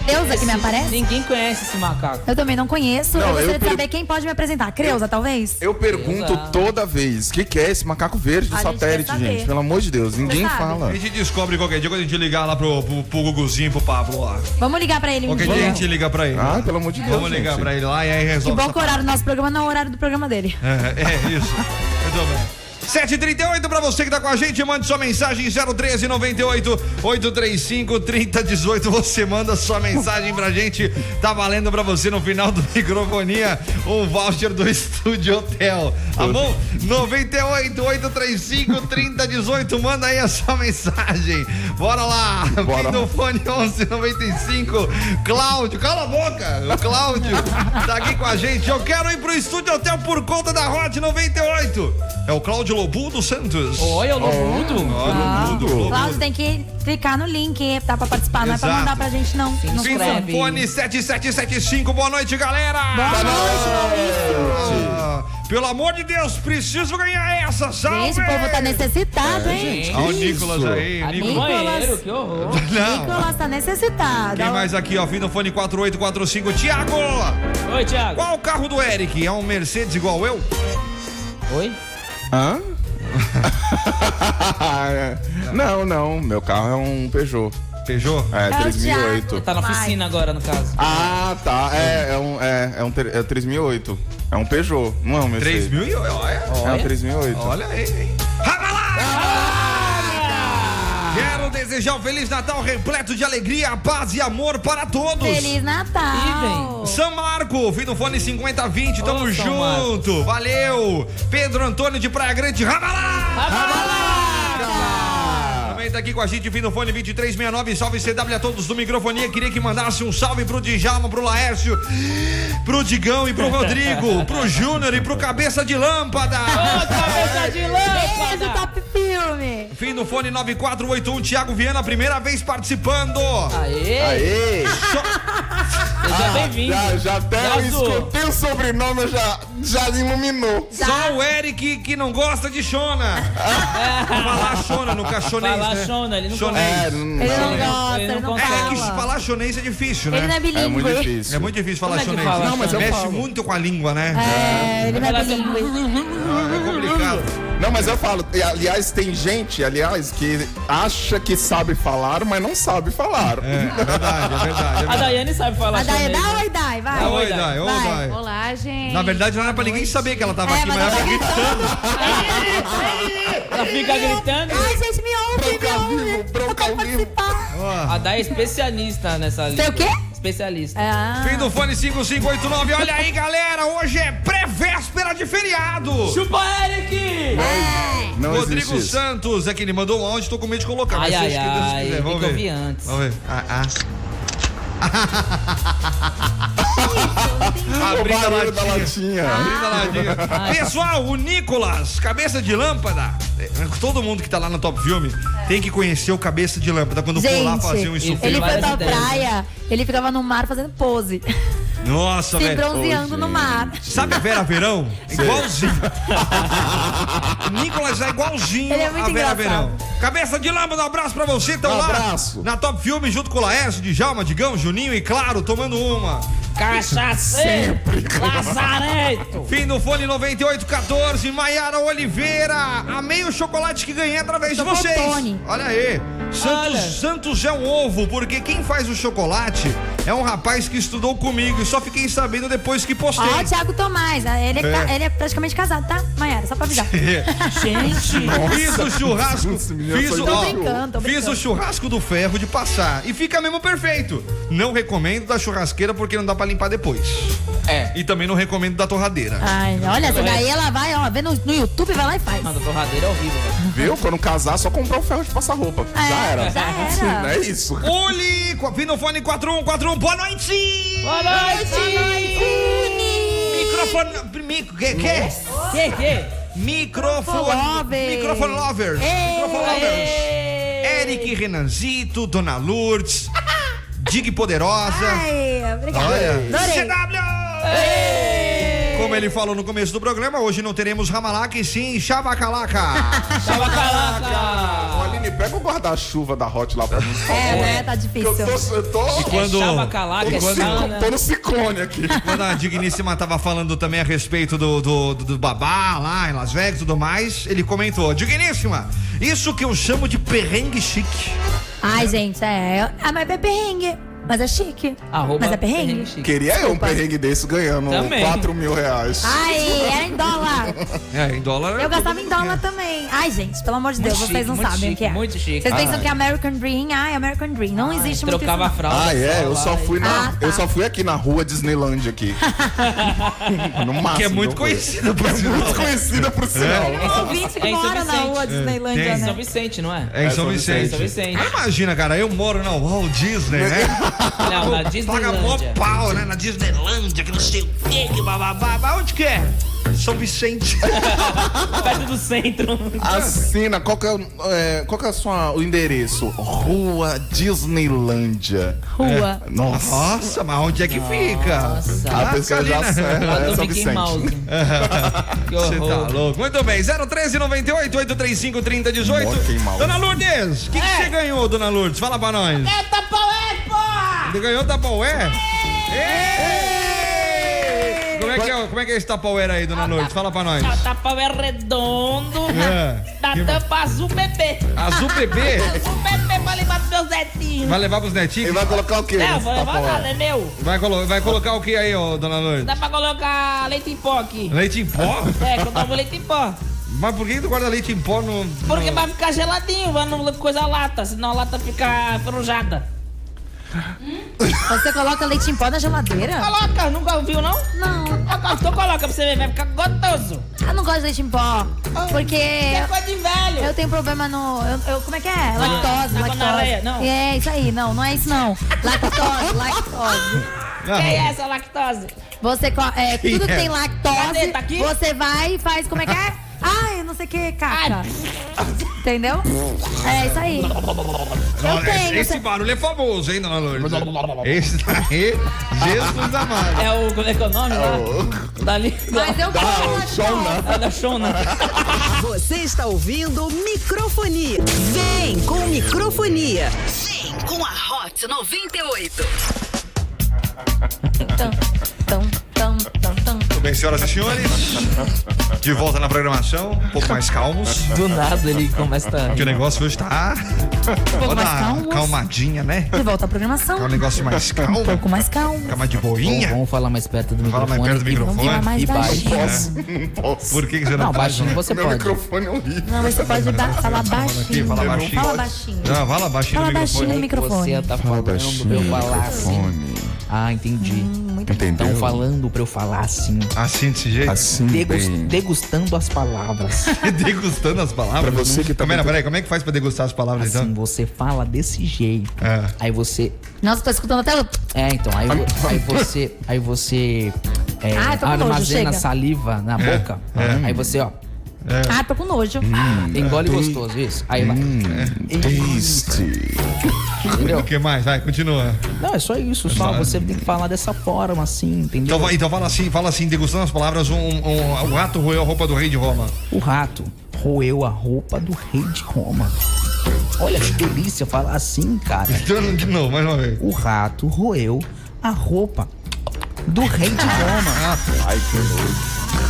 B: Creuza que me aparece?
D: Ninguém conhece esse macaco.
B: Eu também não conheço.
F: Não,
B: eu gostaria
F: eu
B: de
F: per-
B: saber quem pode me apresentar. Creuza, talvez?
F: Eu pergunto
D: Exato.
F: toda vez, o que, que é esse macaco verde do
B: A gente quer
F: satélite,
B: saber.
F: gente? Pelo amor de Deus, ninguém
B: sabe?
F: fala.
C: A gente descobre qualquer dia quando a gente ligar lá pro, pro, pro Guguzinho, pro Pablo lá.
B: Vamos ligar pra ele um
C: Qualquer
B: dia.
C: dia a gente liga pra ele.
F: Ah, pelo amor de Deus,
C: Vamos ligar
F: gente.
C: pra ele lá e aí
B: Que
C: resolve.
B: bom
C: essa
B: que o horário do nosso programa não é o horário do programa dele.
C: É, é isso. Muito bem. 7h38 pra você que tá com a gente, mande sua mensagem 013 98 835 3018. Você manda sua mensagem pra gente. Tá valendo pra você no final do microfonia um voucher do Estúdio Hotel. Tá bom? 98 835 3018. Manda aí a sua mensagem. Bora lá.
F: Bora.
C: Fim do fone 1195. Cláudio, cala a boca. O Cláudio tá aqui com a gente. Eu quero ir pro Estúdio Hotel por conta da Hot 98. É o Cláudio Lobudo Santos.
D: Olha o lobudo.
C: Lobudo, Lobudo.
B: Ah, Cláudio tem que clicar no link, tá? Pra participar. Não é pra
C: Exato.
B: mandar pra gente, não. não
C: Fim
B: escreve.
C: do um fone 7775. Boa noite, galera.
B: Boa noite, Maurício.
C: Ah, Pelo amor de Deus, preciso ganhar essa. Salve.
B: Gente, o povo tá necessitado,
C: É,
B: hein?
D: Gente,
C: Olha o
F: Isso.
C: Nicolas aí.
D: ali no
C: Nicolas.
D: banheiro, que horror.
C: Não.
B: Nicolas tá necessitado.
C: Quem mais aqui, ó? Fim do fone 4845. Tiago!
D: Oi, Thiago.
C: Qual o carro do Eric? É um Mercedes igual eu?
D: Oi?
F: Hã? [laughs] não, não, meu carro é um Peugeot.
C: Peugeot?
F: É,
B: É o
F: 3008.
B: Thiago.
D: Tá na
B: Vai.
D: oficina agora, no caso.
F: Ah, tá. É, é um, é, é um ter- é 3008. É um Peugeot, não é um
C: 3
F: Mercedes.
C: mil e olha.
F: É um 3008.
C: Olha aí, hein? Quero desejar um Feliz Natal repleto de alegria, paz e amor para todos.
B: Feliz Natal.
D: Idem.
C: São Marco, fim do fone 5020, tamo
D: Ô, São
C: junto. Valeu. Pedro Antônio de Praia Grande, Ramalá. Também tá aqui com a gente, fim do fone 2369. Salve CW a todos do Microfonia. Queria que mandasse um salve pro Djalma, pro Laércio, pro Digão e pro Rodrigo, pro Júnior e pro Cabeça de Lâmpada.
D: Ô, cabeça de
B: Beijo,
D: lâmpada.
B: Top Filme.
C: Fim do fone 9481, Thiago Viana, primeira vez participando.
D: Aê,
F: Aê! Ah,
D: seja bem-vindo.
F: Já, já até
D: Já
F: eu
D: zoou.
F: escutei o sobrenome, eu já, já iluminou.
C: Só o Eric que não gosta de Xona. falar Xona no cachonês,
D: Falar
C: né?
D: Xona, ele um não
C: Xonês.
F: É, não-
B: Ele não
D: Ele não-
B: gosta,
D: ele
B: ele não
D: não
C: É, é que
B: fala.
C: falar xonês é difícil,
B: Ele não
C: né?
B: é
F: é muito
B: bilíngue.
F: difícil.
C: É muito difícil falar
D: Como é que
C: xonês.
D: fala
C: né?
D: Não, mas
F: eu
C: Mexe
F: falo.
C: muito com a língua, né?
B: É, ele não é
D: Ela tem-
B: bilíngue.
C: É complicado.
F: Não, mas eu falo, e, aliás, tem gente, aliás, que acha que sabe falar, mas não sabe falar.
C: É, é verdade, é verdade. É
D: A
C: verdade.
D: Daiane sabe falar
B: Ah, Dai,
D: chinês.
B: dá oi, Dai, vai.
C: Dá oi,
D: Dai.
C: Dai, ô,
B: Vai.
C: Dai.
H: Olá, gente.
C: Na verdade, não era pra ninguém saber que ela tava
B: É,
C: aqui,
B: mas
C: mas
B: ela tá
C: ela
B: gritando.
D: Ela fica gritando.
B: Ai, gente, me ouve,
F: Bronca ao
B: me
F: vivo,
B: ouve. Eu
F: bronca
B: quero
F: ao vivo.
B: participar.
D: A Dai é especialista nessa língua.
B: Você é o quê?
D: Especialista.
B: Ah.
C: Fim do fone 5589. Olha aí, galera. Hoje é pré-véspera de feriado.
D: Chupa, Eric!
F: Não
C: Rodrigo
F: existe isso.
C: Santos é que ele mandou um áudio, tô com medo de colocar.
D: Ai,
B: É.
C: mas
D: ai,
C: seja o que Deus
D: ai,
C: quiser.
D: tem
C: Vamos
D: que
C: ver.
D: ouvir antes.
C: Vamos ver. Ah, ah.
F: O
C: Abrindo a latinha.
F: barulho da latinha.
C: Abrindo a latinha. Pessoal, o Nicolas, cabeça de lâmpada. É, Todo mundo que tá lá no Top Filme tem que conhecer o cabeça de lâmpada quando for lá fazer um
B: Gente, ele
C: estufeiro.
B: foi
D: Várias
B: pra
D: ideias.
B: praia, ele ficava no mar fazendo pose,
C: Tá Nossa,
B: [laughs] se
C: velho.
B: bronzeando no mar.
C: Sabe a Vera Verão? Igualzinho. Nicolas é igualzinho
B: Ele é muito
C: a Vera
B: engraçado.
C: Verão. Cabeça de lâmpada, um abraço pra você. Tão
F: Um
C: lá
F: abraço.
C: na Top Filme junto com o Laércio, Djalma, Digão, Juninho e Claro, tomando uma.
D: Cachaceiro! Lazareto!
C: Fim do fone 9814, Maiara Oliveira. Amei o chocolate que ganhei através de vocês.
B: Chocotone.
C: Olha aí. Santos,
D: Olha.
C: Santos é um ovo, porque quem faz o chocolate é um rapaz que estudou comigo e só fiquei sabendo depois que postei.
B: Ó, o Thiago Tomás, ele é, ca-
C: É.
B: ele é praticamente casado, tá? Mayara, só pra avisar.
D: Gente!
C: Fiz o churrasco.
F: Esse menino
C: Fiz
F: foi
C: o,
F: Tô
C: ó,
B: brincando, tô
C: fiz o
B: brincando.
C: churrasco do ferro de passar. E fica mesmo perfeito. Não recomendo da churrasqueira porque não dá pra limpar depois.
D: É.
C: E também não recomendo da torradeira.
B: Ai, olha, essa daí ela vai, ó, vê no, no YouTube, vai lá e faz.
D: Mano, torradeira é horrível, velho.
F: Viu? Quando casar, só comprar o ferro de passar roupa.
B: É,
F: já era.
B: já era.
F: Sim, é isso.
C: Oli, com a Vinofone 4141, boa noite!
D: Boa
C: Microfone. Micro, que, que?
D: Que, que?
C: Microfone.
B: Lovers.
C: Microfone lovers.
B: Ei.
C: Microfone lovers. Eric Renanzito, Dona
B: [laughs]
C: Lourdes, Dig Poderosa.
B: Ai, obrigada.
C: Olha.
B: Adorei.
C: CW! como ele falou no começo do programa, hoje não teremos Ramalaca e sim Chavacalaca.
B: [laughs]
C: Ah.
F: Ô, Aline, pega o guarda-chuva da Hot lá pra mim. por
B: É,
F: favor.
B: né? Tá
F: Que eu
B: difícil.
F: tô. Eu tô...
C: E quando,
D: É chavacalaca,
F: tô
D: é
F: no cico-
D: sauna.
F: tô no
C: [laughs]
F: ciclone aqui.
C: quando a Digníssima tava falando também a respeito do, do, do- do babá lá em Las Vegas e tudo mais, ele comentou: Digníssima, isso que eu chamo de perrengue chique.
B: Ai, gente, é. Ah, mas é perrengue. Mas é chique.
D: Arroba
B: mas é perrengue.
D: chique.
F: Queria eu um perrengue desse ganhando
D: Também.
F: 4 mil reais.
B: Ah. Ai, era em dólar.
C: É, em dólar.
B: Eu gastava em
C: todo mundo
B: dólar também. Ai, gente, pelo amor de Deus,
D: chique,
B: vocês não
D: muito
B: sabem o
D: chique,
B: que é.
D: muito chique.
B: Vocês
C: Ah.
B: pensam que é American Dream? Ai, American Dream. Não existe é muito
D: Trocava a
B: isso,
D: fralda.
F: Ah, é? Eu só
D: Ai.
F: fui na.
B: Ah, tá.
F: Eu só fui aqui na rua Disneyland
B: [laughs]
F: aqui. no máximo.
C: Que é muito
F: eu fui.
C: conhecido por
F: É
C: sinal. né?
F: muito conhecida por sinal.
B: não. Um ouvinte que
D: É em São
B: mora na
D: Vicente.
B: rua Disneylândia,
C: tem.
D: É São
B: né?
D: Vicente, não é?
C: É em
F: São
C: São
F: Vicente.
C: Vicente.
D: São Vicente.
C: Aí imagina, cara, eu moro na Walt Disney,
D: [laughs]
C: né?
D: Não, na
C: Paga mó
D: Disneylândia.
C: pau, né? Na Disneylândia, que não sei o quê, que, bababá. Mas Onde que é? São Vicente.
D: Perto do centro.
F: Assina, qual que é, o- é, qual que é a sua, o endereço? Rua Disneylândia.
B: Rua.
F: Nossa.
C: Nossa, mas onde é que fica?
F: A
C: Tá
F: pessoa já acerta,
D: Lá
F: é
D: do
F: São
D: Mickey
F: [laughs]
D: Mouse.
F: Vicente.
D: Que
C: Você tá
D: horror.
C: louco. Muito bem, 013 98 835 3018.
F: Moquem mal.
C: Dona Lourdes, o que que
H: É.
C: você ganhou, Dona Lourdes? Fala pra nós. É Tapaué, porra! Você ganhou Tapaué? Ê! Como é, que é, o- como é que é esse Tapaué aí,
H: Ah,
C: Dona Lourdes? Fala pra nós.
H: A tapa é tá. redondo,
C: É.
H: da tampa azul bebê.
C: Azul bebê
H: [laughs] Azul bebê pra levar pros meus netinhos.
C: vai levar pros
F: Ele
C: netinhos?
F: vai colocar o quê?
H: Não,
F: nesse
H: vou levar
F: tapaué?
H: nada, é meu.
C: Vai, colo- vai colocar o que aí, ô, Dona Lourdes?
H: Dá pra colocar leite em pó aqui.
C: Leite em pó?
H: É, que eu tomo leite em pó.
C: Mas por que que tu guarda leite em pó no...
H: Porque vai ficar geladinho, vai não coisa lata, senão a lata fica ferrujada.
B: Você coloca leite em pó na geladeira?
H: Coloca, nunca ouviu não?
B: Não.
H: Ah, Então coloca pra você ver, vai ficar gostoso.
B: Eu não gosto de leite em pó. Porque
H: É coisa de velho.
B: eu tenho problema no. eu- eu- como é que é? Lactose,
H: Ah, na gonorreia,
B: lactose.
H: não.
B: É, isso aí. Não, não é isso, não.
H: [laughs]
B: Lactose, lactose.
H: Que
C: Ah,
H: é essa lactose?
B: Você co- é, tudo que
C: é?
B: tem lactose,
H: Cadê? Tá aqui?
B: você vai e faz como é que é? Ai, não sei o que, caca. Entendeu? É isso aí. Eu
C: esse,
B: tenho.
C: esse
B: você-
C: barulho é famoso, hein, Dona Lourdes? Esse daí, Jesus amado.
D: É o. Como é que é o nome lá?
H: [laughs]
D: Dali.
B: Mas eu
F: Ah,
B: gosto
F: o
B: de
H: um
F: show
B: pó.
F: não.
D: Da Shona.
A: Você está ouvindo microfonia. Vem com microfonia. Vem com a Hot 98.
B: Então, Tum, tum, tum, tum, tum.
C: Muito bem, senhoras e senhores. De volta na programação, um pouco mais calmos.
D: Do nada ele começa a.
C: Que o negócio hoje tá. Vou dar
B: mais
C: uma
B: calmos.
C: calmadinha, né?
B: De volta à
C: É um
B: programação.
C: negócio mais calmo,
B: Um pouco mais calmo.
C: fica mais de boinha.
D: Vamos falar mais perto do
C: Fala
D: microfone.
C: mais perto do
D: e vamos-
C: microfone.
B: falar mais
D: E baixo.
B: baixinho.
F: Posso? Não posso.
C: Por que, que você não,
D: Não,
C: traz,
D: baixinho
C: né?
D: você
F: Meu
D: pode.
F: microfone é horrível.
B: Não, mas você pode ba- falar
C: Aqui,
B: baixinho.
C: fala baixinho.
B: Fala baixinho.
C: Não, fala baixinho
B: Fala
C: no microfone.
B: baixinho. microfone.
D: Você tá falando pra eu falar assim. Ah, entendi.
H: Hum,
F: Entendeu?
D: Estão falando pra eu falar assim.
C: Assim desse jeito.
F: Assim,
D: Degus-
F: bem.
D: degustando as palavras.
C: [laughs] Degustando as palavras.
F: Pra você que tá
C: Como era?
F: muito-
C: Peraí, como é que faz pra degustar as palavras
D: Assim,
C: então?
D: você fala desse jeito.
C: É.
D: Aí você.
B: Nossa, tô escutando até o.
C: Tá.
D: É, então, aí, vo-
C: [laughs]
D: aí você. Aí você. é,
B: Ai, tô com nojo,
D: armazena
B: chega.
D: saliva na
C: É,
D: boca. Hum. Aí você, ó,
B: Ah, tô com nojo.
D: engole
C: Hum.
D: gostoso, isso. Aí vai.
F: Taste.
C: O que mais? Vai, continua.
D: Não, é só isso, só. Você tem que falar dessa forma, assim, entendeu?
C: Então, vai- então fala assim, fala assim, degustando as palavras, um, um- o rato roeu a roupa do rei de Roma.
D: O rato roeu a roupa do rei de Roma. Olha que delícia falar assim, cara.
C: Então, de novo, mais uma vez.
D: O rato roeu a roupa do rei de Roma.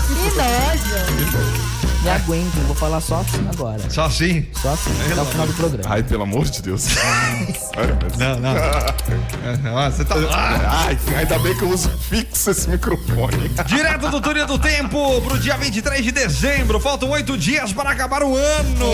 B: Que nojo.
D: Me aguentem, vou falar só assim agora.
C: Só assim?
D: Só assim, até o final do programa.
F: Ai, pelo amor de Deus. Sério, mas-
C: Não, não. Ah, Você tá. Ah!
F: Ai, ainda bem que eu uso fixo esse microfone.
C: Direto do Túnel do Tempo pro dia 23 de dezembro. Faltam oito dias para acabar o ano.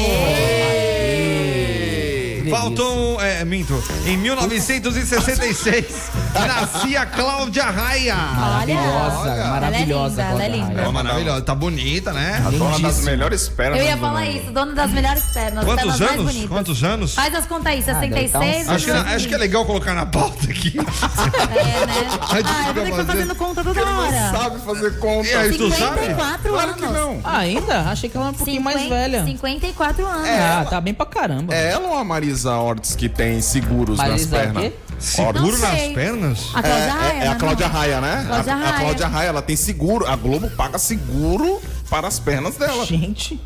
C: Faltam, é, minto, em 1966 nascia Cláudia Raia.
D: Maravilhosa, maravilhosa.
B: ela é linda,
D: Cláudia
B: ela é
C: É
D: Raia.
C: maravilhosa, tá bonita, né?
F: Dona das
D: Lindíssima.
F: melhores pernas.
B: Eu ia
F: do
B: falar
F: mundo.
B: isso, dona das melhores pernas.
C: Quantos
B: pernas tá mais
C: anos?
B: bonitas.
C: Quantos anos?
B: Faz as contas aí, 66
D: Ah, deve
B: ou
D: dar
C: Acho que, acho que é legal colocar na pauta aqui.
B: assim. É, né?
C: Ai,
B: Ah, eu vou ter que
C: desculpa, é
B: ficar fazendo conta toda
F: Ele não
B: hora.
F: sabe fazer conta.
C: E aí, tu sabe?
B: 54
F: Claro
B: anos.
F: que não.
D: [laughs] Ah, ainda? Achei que ela era um pouquinho mais
B: Cinquen-
D: velha.
B: 54 anos.
D: Ah, tá bem pra caramba.
C: É.
F: É ela ou a Marisa Ortiz que tem seguros nas
D: Marisa o
F: pernas?
D: quê?
C: Seguro
B: Não
C: nas
B: sei.
C: pernas?
B: A
F: É,
B: Cláudia
F: é,
B: Raia,
F: é a
B: né,
F: Cláudia
B: não?
F: Raia, né?
B: Cláudia
F: a, a
B: Raia.
F: Cláudia Raia, ela tem seguro. A Globo paga seguro para as pernas dela.
D: Gente.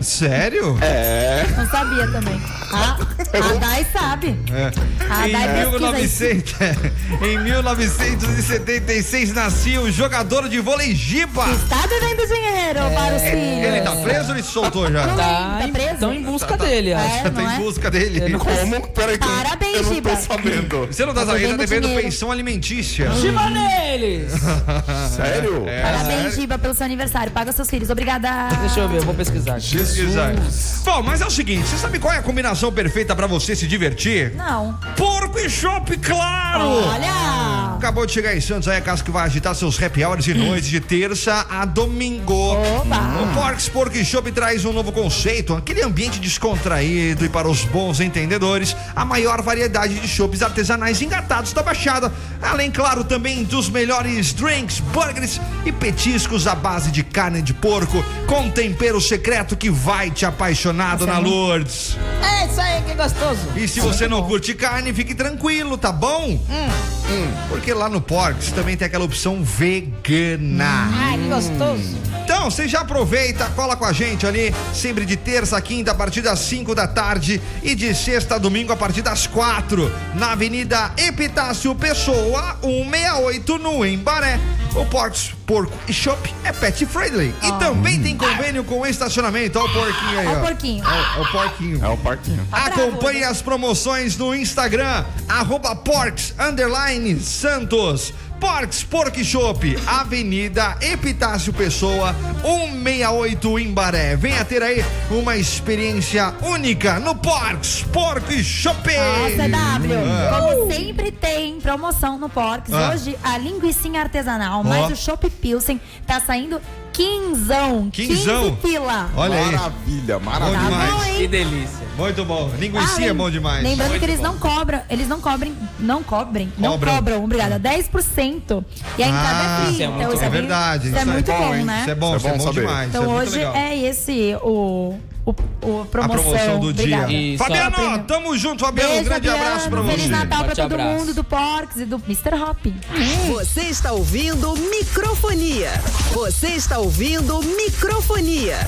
C: Sério?
B: Não sabia também. A, a Dai sabe.
C: É.
B: Ah, dá
C: Em,
B: pesquisa
C: 1900, [laughs] em 1976 nascia o um jogador de vôlei Giba.
B: Está Tá devendo dinheiro
F: É.
B: para os filhos.
C: Ele
F: então.
C: tá preso ou ele se soltou já?
D: Tá,
B: tá
D: em-
B: preso?
D: tão em busca dele, acho.
B: É,
C: Tá
B: não
C: em
B: é?
C: busca dele.
D: Eu não-
F: Como? Peraí, que eu-
B: Parabéns,
F: eu não
B: Giba.
F: tô
C: [laughs]
F: sabendo.
C: Você não tá
B: Tá
C: sabendo, tá
B: devendo
C: devendo
B: dinheiro.
C: pensão alimentícia.
D: Chiva neles!
F: Sério?
B: é. Parabéns, Giba, pelo seu aniversário. Paga seus filhos. Obrigada.
D: Deixa eu ver, eu vou pesquisar. aqui.
C: Jesus. Bom, mas é o seguinte, você sabe qual é a combinação perfeita pra você se divertir?
B: Não.
C: Porco e chopp,
F: Oh.
C: claro!
B: Olha!
C: Acabou de chegar em Santos, aí a Casca que vai agitar seus happy hours de noites de terça a domingo.
B: Opa!
C: O Porks Pork Shop traz um novo conceito, aquele ambiente descontraído e para os bons entendedores, a maior variedade de shoppes artesanais engatados da Baixada, além, claro, também dos melhores drinks, burgers e petiscos à base de carne de porco, com tempero secreto que vai te apaixonar, Dona Lourdes.
H: É isso aí, que gostoso.
C: E se você não curte carne, fique tranquilo, tá bom? Hum, Porque lá no Porks também tem aquela opção vegana.
H: Ai, que gostoso.
C: Então, você já aproveita, cola com a gente ali, sempre de terça a quinta a partir das 5 da tarde e de sexta a domingo a partir das 4, na Avenida Epitácio Pessoa, 168 no Embaré. O Porcos Porco e Shop é pet friendly e também tem convênio com o estacionamento. Olha o porquinho aí,
B: Ó
C: ó.
B: o porquinho.
C: Ó, ó o porquinho.
F: É o parquinho.
B: Tá
C: Acompanhe
B: né?
C: as promoções no Instagram, arroba Porks Underline Santos. Porks Pork Shop, Avenida Epitácio Pessoa, 168 Imbaré. Venha ter aí uma experiência única no Porks Pork Shop.
B: Ó, CW, é como sempre tem promoção no Porks.
C: Ah.
B: Hoje, a linguiçinha artesanal, mais o Chopp Pilsen, tá saindo quinzão.
C: Quinzão?
B: 15 pila. Tá
C: Olha aí,
F: Maravilha,
C: bom
F: maravilha.
B: Bom,
C: demais.
D: Que
B: hein?
D: delícia.
C: Muito bom.
B: Ah,
C: Linguiça é
B: lem-
C: bom demais.
B: Lembrando que eles não cobram, eles não cobrem, não cobrem, não
C: Cobram. Hum.
B: cobram, obrigada, 10%. E a entrada
C: Ah,
B: é
C: isso
B: free.
D: é
B: então
D: muito
B: isso
C: É
B: é bem-
C: verdade.
B: Isso é muito bom,
F: hein?
B: né?
C: Isso é bom,
F: Isso é
C: isso é
F: bom
C: bom
F: saber.
C: demais. isso
B: Então
C: é muito
B: hoje
C: legal.
B: é esse o, o, o
C: a
B: promoção,
C: promoção do
B: obrigada.
C: dia.
D: Isso,
C: Fabiano,
B: ó, prêmio.
C: tamo junto, Fabiano. um
B: Beijo,
C: grande
B: Adriano.
C: abraço pra você.
B: Feliz Natal pra
D: Forte
B: todo
D: abraço.
B: mundo, do Porks e do Mr. Hop.
A: Hum. Você está ouvindo microfonia. Você está ouvindo microfonia.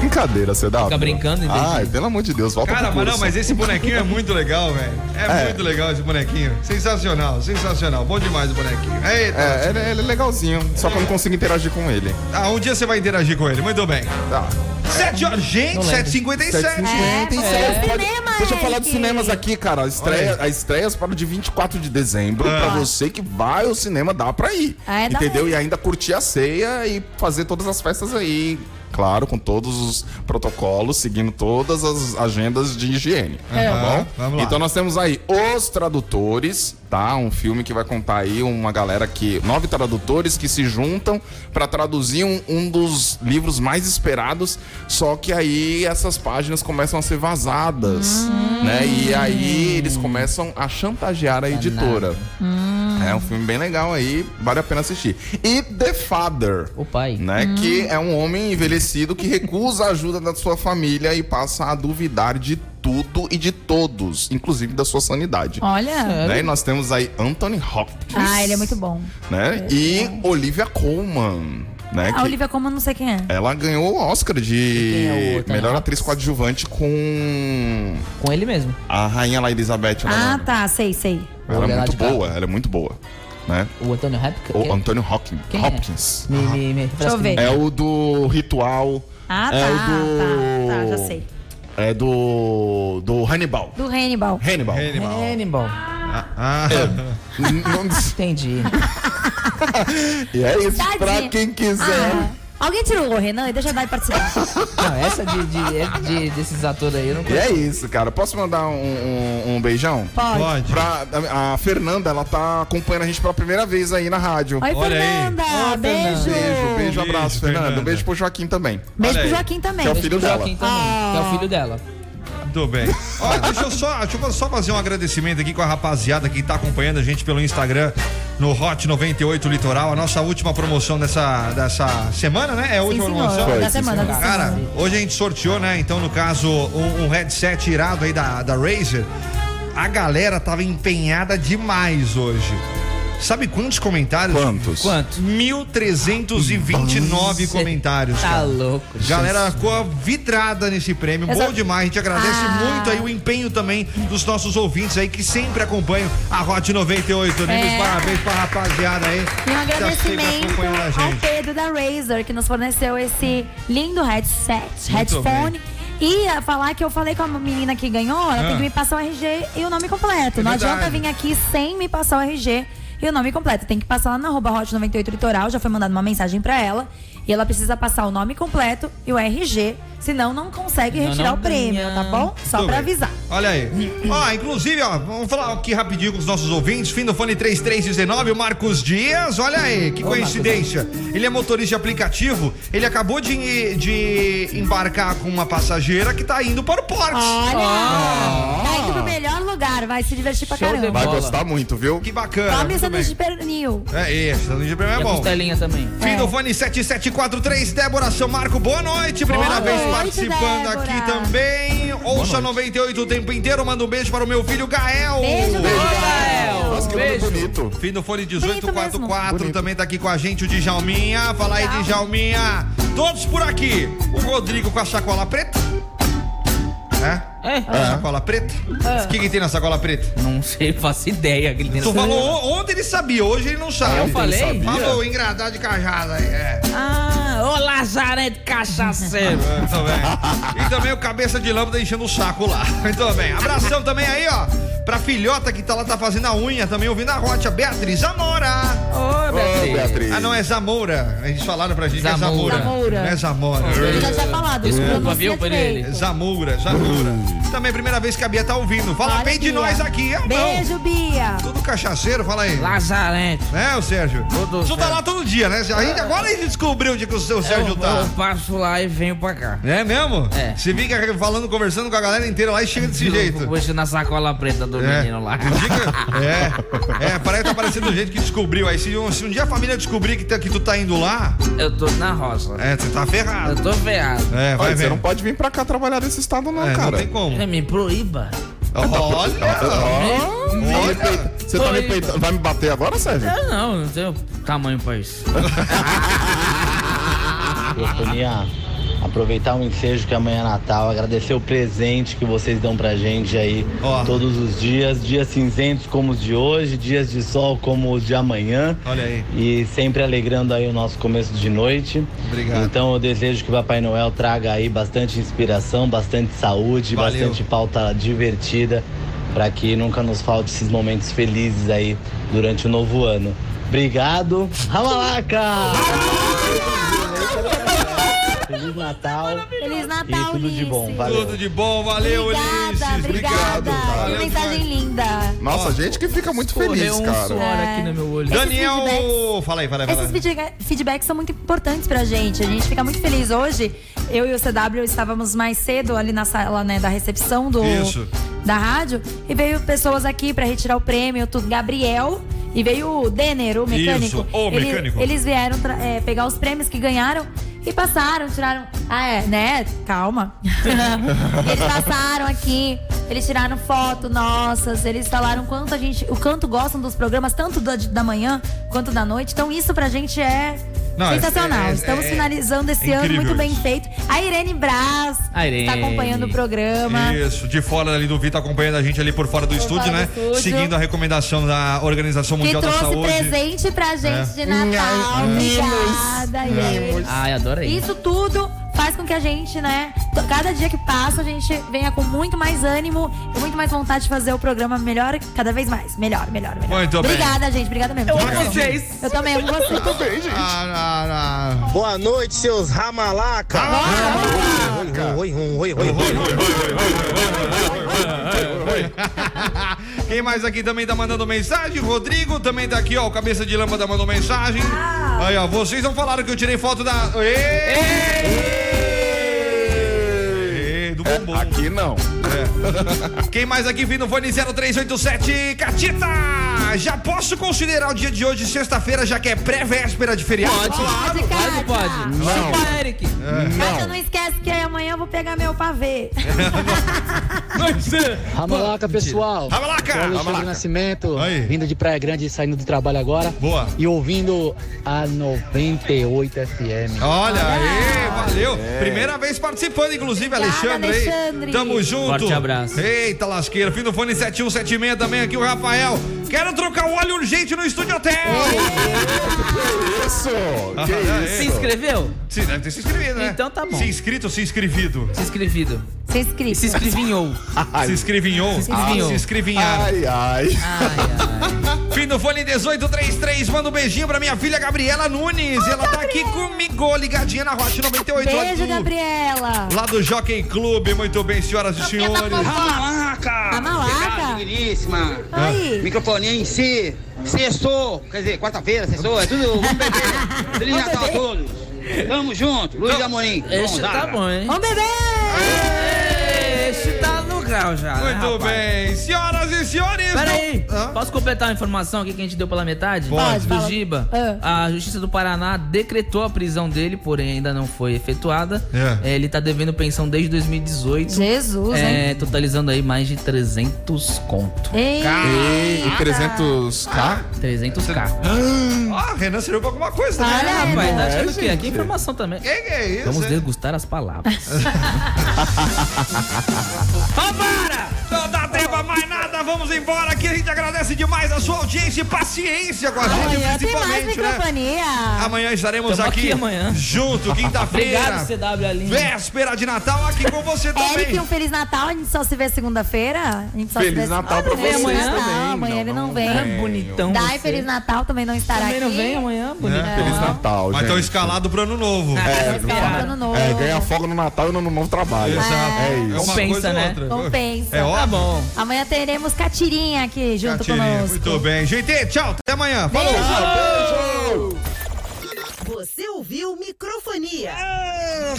F: Brincadeira, você dá.
D: Fica brincando, entendi.
F: Ai, pelo amor de Deus, volta
C: Cara,
F: pro
C: mas
F: curso.
C: não, mas esse bonequinho é muito legal, velho. É,
F: É.
C: muito legal esse bonequinho. Sensacional, sensacional. Bom demais o bonequinho. Eita.
F: É, ele, ele é legalzinho, só que eu não consigo interagir com ele.
C: Ah, um dia você vai interagir com ele. Muito bem.
F: Tá.
C: Sete horas. Gente,
D: lembro.
C: 7h57.
B: É,
F: Tem
B: você
F: série,
B: é
F: pode-
B: cinema,
F: Deixa eu falar
B: Eric.
F: dos cinemas aqui, cara. A estreia,
C: Olha
F: a estreia para o de 24 de dezembro.
C: Ah.
F: Pra você que vai ao cinema, dá pra ir.
B: É, dá
F: entendeu?
B: mesmo.
F: E ainda curtir a ceia e fazer todas as festas aí. Claro, com todos os protocolos, seguindo todas as agendas de higiene. Tá
C: Aham,
F: bom?
C: vamos lá.
F: Então nós temos aí Os Tradutores, tá? Um filme que vai contar aí uma galera que. Nove tradutores que se juntam pra traduzir um, um dos livros mais esperados. Só que aí essas páginas começam a ser vazadas, né? E aí eles começam a chantagear a editora. É um filme bem legal aí, vale a pena assistir. E The Father.
D: O pai.
F: Né?
B: Hum.
F: Que é um homem envelhecido que recusa a ajuda da sua família e passa a duvidar de tudo e de todos, inclusive da sua sanidade.
B: Olha.
C: É.
F: Né? E nós temos aí Anthony Hopkins.
B: Ah, ele é muito bom.
F: Né? E Olivia Colman.
C: É
F: Né?
B: A
F: que
B: Ah, Olivia Colman, não sei quem é.
F: Ela ganhou o Oscar
D: E quem é o
F: de
B: né?
D: Anthony
F: melhor
D: Hopkins?
F: atriz coadjuvante com
D: Com ele mesmo.
F: a rainha lá Elizabeth. lá,
B: Ah,
F: né?
B: tá, sei, sei.
F: Ela
D: Olha
F: é
D: lá
F: muito
D: de cara.
F: boa, ela é muito boa. Né?
D: O Antônio Rapka?
F: O Anthony Hopkins.
D: Quem é?
F: Hopkins.
D: Me, me, me.
B: Deixa eu ver.
F: É o do ritual.
B: Ah,
F: é
B: tá,
F: o do...
B: tá, tá, já sei.
F: É do. do Hannibal.
B: Do Hannibal.
F: Hannibal.
C: Animal.
D: Hannibal.
C: Ah,
F: N- não-
D: Entendi.
F: [laughs] e é isso.
B: Tadinho.
F: Pra quem quiser.
B: Ah, alguém tirou o Renan e deixa a Dai participar.
D: Não, essa de, de- é de- desses atores aí eu não
F: E
D: conheço.
F: é isso, cara. Posso mandar um, um- um beijão?
B: Pode.
C: pode.
F: Pra, a a Fernanda, ela tá acompanhando a gente pela primeira vez aí na rádio.
B: Oi,
C: Olha aí.
B: Fernanda. beijo.
F: Beijo, beijo,
C: Beijo,
F: abraço, Fernanda.
C: Fernanda.
F: Um beijo pro Joaquim também.
C: Olha
B: Beijo pro
C: aí.
B: Joaquim também.
F: Que é o filho dela.
D: Joaquim também, que é o filho dela.
C: Muito bem. Ó, deixa, eu só, deixa eu só fazer um agradecimento aqui com a rapaziada que tá acompanhando a gente pelo Instagram. no Hot 98 Litoral. A nossa última promoção dessa, dessa semana, né? É a última
B: senhor.
C: promoção?
B: Da semana, da
C: Cara,
B: semana.
C: hoje a gente sorteou, né? Então, no caso, um, um headset irado aí da, da Razer. A galera tava empenhada demais hoje. Sabe quantos comentários?
F: Quantos?
D: Quanto?
C: 1329 comentários.
D: Tá
C: cara.
D: louco.
C: Ah. Galera ficou vidrada nesse prêmio.
B: Essa-
C: Bom demais. A gente agradece
B: Ah.
C: muito aí o empenho também dos nossos ouvintes aí que sempre acompanham a Hot 98. Nimes,
B: É.
C: né, parabéns pra rapaziada aí.
B: E um
C: que tá sempre
B: agradecimento
C: acompanhando a
B: ao
C: gente.
B: Pedro da Razer, que nos forneceu esse lindo headset, headphone. E ia falar que eu falei com a menina que ganhou, ela tem que me passar o RG e o nome completo.
C: É
B: Não
C: Ah. verdade.
B: adianta vir aqui sem me passar o RG e o nome completo. Tem que passar lá na arroba Hot 98 Litoral, já foi mandada uma mensagem pra ela. E ela precisa passar o nome completo e o RG, senão não consegue
D: Não,
B: retirar
D: não
B: o prêmio,
D: ganha.
B: tá bom? Só
C: Muito
B: pra
C: bem.
B: avisar. Uhum.
C: Olha aí. ó, inclusive, ó, vamos falar aqui rapidinho com os nossos ouvintes. Fim do fone 3319, o Marcos Dias. Olha aí, que coincidência. Ele é motorista de aplicativo. Ele acabou de, de embarcar com uma passageira que tá indo para o porte.
B: Ah. Olha! Tá indo pro melhor lugar, vai se divertir pra
D: Show de
B: caramba.
F: Vai
D: Bola.
F: gostar muito, viu?
C: Que bacana.
B: Tome o
C: muito
B: sanduíche
C: bem.
B: de pernil.
C: É, esse, sanduíche de prêmio é
D: E a
C: bom.
D: costelinha também.
C: Fim
B: É.
C: do fone 7743, Débora São Marco, boa noite. Primeira
B: Boa
C: vez
B: noite,
C: participando
B: Débora.
C: aqui também. Ouça 98 o tempo inteiro. Manda um beijo para o meu filho Gael.
B: Beijo, Gabriel.
F: Nossa, que
D: Beijo.
F: nome bonito.
C: Fim do fone
B: Bonito
C: 1844
F: mesmo.
C: também tá aqui com a gente o Djalminha. Fala aí,
B: Legal.
C: Djalminha. Todos por aqui. O Rodrigo com a sacola preta. É?
D: É?
C: Sacola preta? O que, que tem na sacola preta?
D: Não sei, faço ideia. que ele tem
C: Tu
D: nessa-
C: falou on- ontem ele sabia, hoje ele não sabe.
D: Eu falei?
F: sabia.
C: Falou, engradado de cajada aí. É.
D: Ah, ô Lazarete Cachaceiro.
C: Muito bem. Então, E também o cabeça de lâmpada enchendo o saco lá. [laughs] Muito bem. Abração também aí, ó. Pra filhota que tá lá, tá fazendo a unha, também ouvindo a rocha, Beatriz Amora.
D: Ô,
F: Ô,
D: Beatriz.
F: Beatriz.
C: Ah, não, é Zamoura. Eles falaram pra gente que é Zamoura.
D: Zamoura.
B: Zamoura.
C: Não é Zamora.
B: Eu já tinha falado,
D: Desculpa,
B: pronuncia
D: viu,
B: direito.
D: Pereira?
C: Zamura, Zamura. Também é a primeira vez que a Bia tá ouvindo. Fala
B: Olha,
C: bem de
B: Bia.
C: nós aqui, é não.
B: Beijo, Bia.
C: Tudo cachaceiro, fala aí.
D: Lazarete.
C: Né, o Sérgio?
D: Todo
C: Tu tá
D: certo.
C: lá todo dia, né? A gente agora a gente descobriu onde é que o seu Sérgio
D: Eu,
C: tá.
D: eu passo lá e venho pra cá.
C: É mesmo?
D: É.
C: Você fica falando, conversando com a galera inteira lá e chega desse jeito.
D: Hoje na sacola preta do
C: É.
D: menino lá.
C: Um dia
B: [laughs]
C: que- é, é, parece que tá parecendo gente que descobriu. Aí se um, se um dia a família descobrir que, tá- que tu tá indo lá,
D: Eu tô na roça.
C: é, tu tá
D: Eu
C: ferrado.
D: tô ferrado.
C: É, vai
F: Olha,
C: ver.
F: você não pode vir pra cá trabalhar nesse estado, não,
C: É, não
F: cara. um
C: tem como.
B: um
D: É, Me proíba.
B: tá
C: Olha!
F: Ó, tá me peita- Você tá me peitando. Vai me bater agora,
B: [laughs]
F: Sérgio?
D: Eu não, não tenho tamanho pra isso.
I: Telefonia, aproveitar o ensejo que amanhã é Natal, agradecer o presente que vocês dão pra gente aí
C: Ó.
I: todos os dias, dias cinzentos como os de hoje, dias de sol como os de amanhã.
C: Olha aí.
I: E sempre alegrando aí o nosso começo de noite.
C: Obrigado.
I: Então eu desejo que o Papai Noel traga aí bastante inspiração, bastante saúde,
C: Valeu.
I: bastante pauta divertida, pra que nunca nos falte esses momentos felizes aí durante o novo ano. Obrigado. Ramalaca! Feliz Natal
B: Feliz
I: e
B: Natal,
I: tudo de bom.
B: Ulisses.
I: Valeu.
C: Tudo de bom, valeu,
B: Obrigada,
C: Ulisses.
B: obrigada.
C: Valeu,
B: que mensagem
C: Fran.
B: linda.
F: Nossa, gente que fica muito feliz,
D: Correu um
F: cara.
D: suor aqui no meu olho.
C: Daniel.
B: feedbacks-
C: Fala aí, fala aí, fala
B: Esses
C: aí.
B: feedga- feedbacks são muito importantes pra gente. A gente fica muito feliz. Hoje, eu e o CW estávamos mais cedo ali na sala né, da recepção do,
C: Isso.
B: da rádio. E veio pessoas aqui pra retirar o prêmio, tudo. Gabriel. E veio o Denner, o mecânico.
C: Isso, o
B: Ele-
C: mecânico.
B: eles vieram tra- é, pegar os prêmios que ganharam e passaram, tiraram. Ah, é, né?
C: [laughs]
B: Calma. eles passaram aqui, eles tiraram foto nossas, eles falaram quanto a gente. O quanto gostam dos programas, tanto da, da manhã quanto da noite. Então, isso pra gente é.
C: Não,
B: Sensacional.
C: é- é-
B: Estamos
C: é-
B: finalizando esse
C: é
B: ano
C: incrível
B: muito bem
C: isso.
B: feito. A Irene Braz
D: A Irene.
B: está acompanhando o programa.
C: Isso, de fora ali do Vito acompanhando a gente ali por fora do estúdio,
B: fora
C: né?
B: do estúdio.
C: Seguindo a recomendação da Organização
B: Que
C: Mundial da
B: trouxe
C: Saúde. É.
B: presente pra gente de Natal. Obrigada, Irene.
D: Ai, adorei.
B: Isso tudo faz com que a gente, né, t- cada dia que passa, a gente venha com muito mais ânimo e muito mais vontade de fazer o programa melhor, cada vez mais. Melhor, melhor, melhor.
C: Muito bem.
B: Obrigada, gente. Obrigada mesmo. Eu
D: amo vocês.
B: Eu também amo vocês.
C: Ah, ah, ah.
G: Boa noite, seus ramalaca. Oi, oi, oi, oi, oi.
C: Quem mais aqui também tá mandando mensagem? Rodrigo também tá aqui, ó. O cabeça de lâmpada mandou mensagem. Aí, ó. Vocês não falaram que eu tirei foto da. Ê! Ê, Do bombom.
F: Aqui não.
C: Quem mais aqui vindo foi no fone 0387? Catita! Ah, já posso considerar o dia de hoje sexta-feira, já que é pré-véspera de feriado? [laughs]
B: Pode, Kátia.
C: Não.
D: Chupa, Eric.
B: Kátia, não esquece que amanhã eu vou pegar meu pavê.
J: Ramalaca, pessoal.
C: Ramalaca!
J: Sou Alexandre
C: Ramalaca.
J: Nascimento,
C: Aí.
J: vindo de Praia Grande, saindo do trabalho agora.
C: Boa.
J: E ouvindo a 98 FM.
C: Olha aí, valeu.
F: É.
C: Primeira vez participando, inclusive, Alexandre. aí.
B: Alexandre.
C: Tamo junto.
D: Forte abraço.
C: Eita, lasqueira. Fim do fone 7176 também aqui, o Rafael. Quero trocar o óleo urgente no estúdio hotel.
F: Que isso? Que
C: Ah,
F: isso?
D: Se inscreveu?
C: Se, deve ter se inscrito, né?
D: Então tá bom.
C: Se inscrito ou se inscrevido?
D: Se inscrevido.
B: Se
D: E
B: inscreve.
D: se inscrevinhou.
C: Se inscrevinhou? Se
D: inscrevinhou.
C: Se inscrevinharam.
F: Ai, ai.
C: Fim do fone 1833. Manda um beijinho pra minha filha Gabriela Nunes. Ela tá aqui comigo, ligadinha na Rocha 98. lá
B: Beijo,
C: do-
B: Gabriela.
C: Lá do Jockey Clube. Muito bem, senhoras e
D: tá
C: senhores.
B: A malaca.
K: Digníssima.
B: Aí.
K: Microfonia em si. Sextou. Quer dizer, quarta-feira, sextou. É tudo. Vamos beber. Feliz Natal a todos. Tamo junto. Luiz Amorim.
D: Esse tá
K: Gonzaga.
D: bom, hein?
B: Vamos beber.
D: Esse tá no grau já. né,
C: Ah, Muito
D: rapaz?
C: bem, senhoras e senhores.
D: Pera aí,
C: não- Hã?
D: posso completar uma informação aqui que a gente deu pela metade?
C: Pode.
D: Do Giba.
B: Ah.
D: A Justiça do Paraná decretou a prisão dele, porém ainda não foi efetuada.
C: É.
D: É, Ele tá devendo pensão desde
B: Ah.
D: 2018.
B: Jesus, hein?
D: é, totalizando aí mais de 300 conto.
B: Ei.
F: E, e 300k?
D: 300k.
C: Ah, Renan serviu pra alguma coisa, né?
D: Olha, rapaz, tá achando
F: é,
D: o quê? Aqui
F: gente.
D: informação também.
C: Que que é isso?
D: Vamos
C: hein?
D: degustar as [laughs] palavras.
C: Então para! Não dá tempo a mais nada, vamos embora aqui. A gente agradece demais a sua audiência e paciência com a gente,
B: Amanhã tem mais
C: principalmente, né?
B: microfonia.
F: Ah,
C: Amanhã estaremos
D: Tamo
C: aqui,
D: aqui amanhã.
C: junto, quinta-feira,
D: Obrigado, CW Aline.
C: véspera de Natal, aqui com você
F: tá
B: Eric,
C: também.
B: um Feliz Natal. A gente só se vê segunda-feira. A gente só
F: Feliz
B: se vê
F: Natal pra
B: Ah, Feliz
F: vocês
B: Natal.
F: também.
B: Amanhã
F: Não,
B: ele não,
F: não
B: vem.
F: vem.
D: Tá Bonitão.
B: Dai,
D: você.
B: Feliz Natal também não estará
D: Também não
B: aqui.
D: vem amanhã, bonitão.
C: É.
F: Feliz Natal,
C: Mas
F: gente.
C: estão um escalado pro ano novo.
D: É,
B: Fala ano novo.
F: É, ganha folga no Natal e no novo trabalho. É,
C: uma
F: isso.
D: Compensa,
C: coisa ou
D: né?
C: outra.
B: Compensa.
C: É
D: Tá
C: óbvio.
D: bom.
B: Amanhã teremos Catirinha aqui junto
C: Catirinha.
B: conosco.
C: Muito bem, gente. Tchau, até amanhã. Falou!
A: Você ouviu microfonia.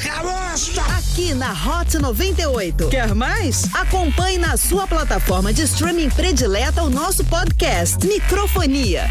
G: Caroço!
A: Aqui na Hot 98. Quer mais? Acompanhe na sua plataforma de streaming predileta o nosso podcast Microfonia.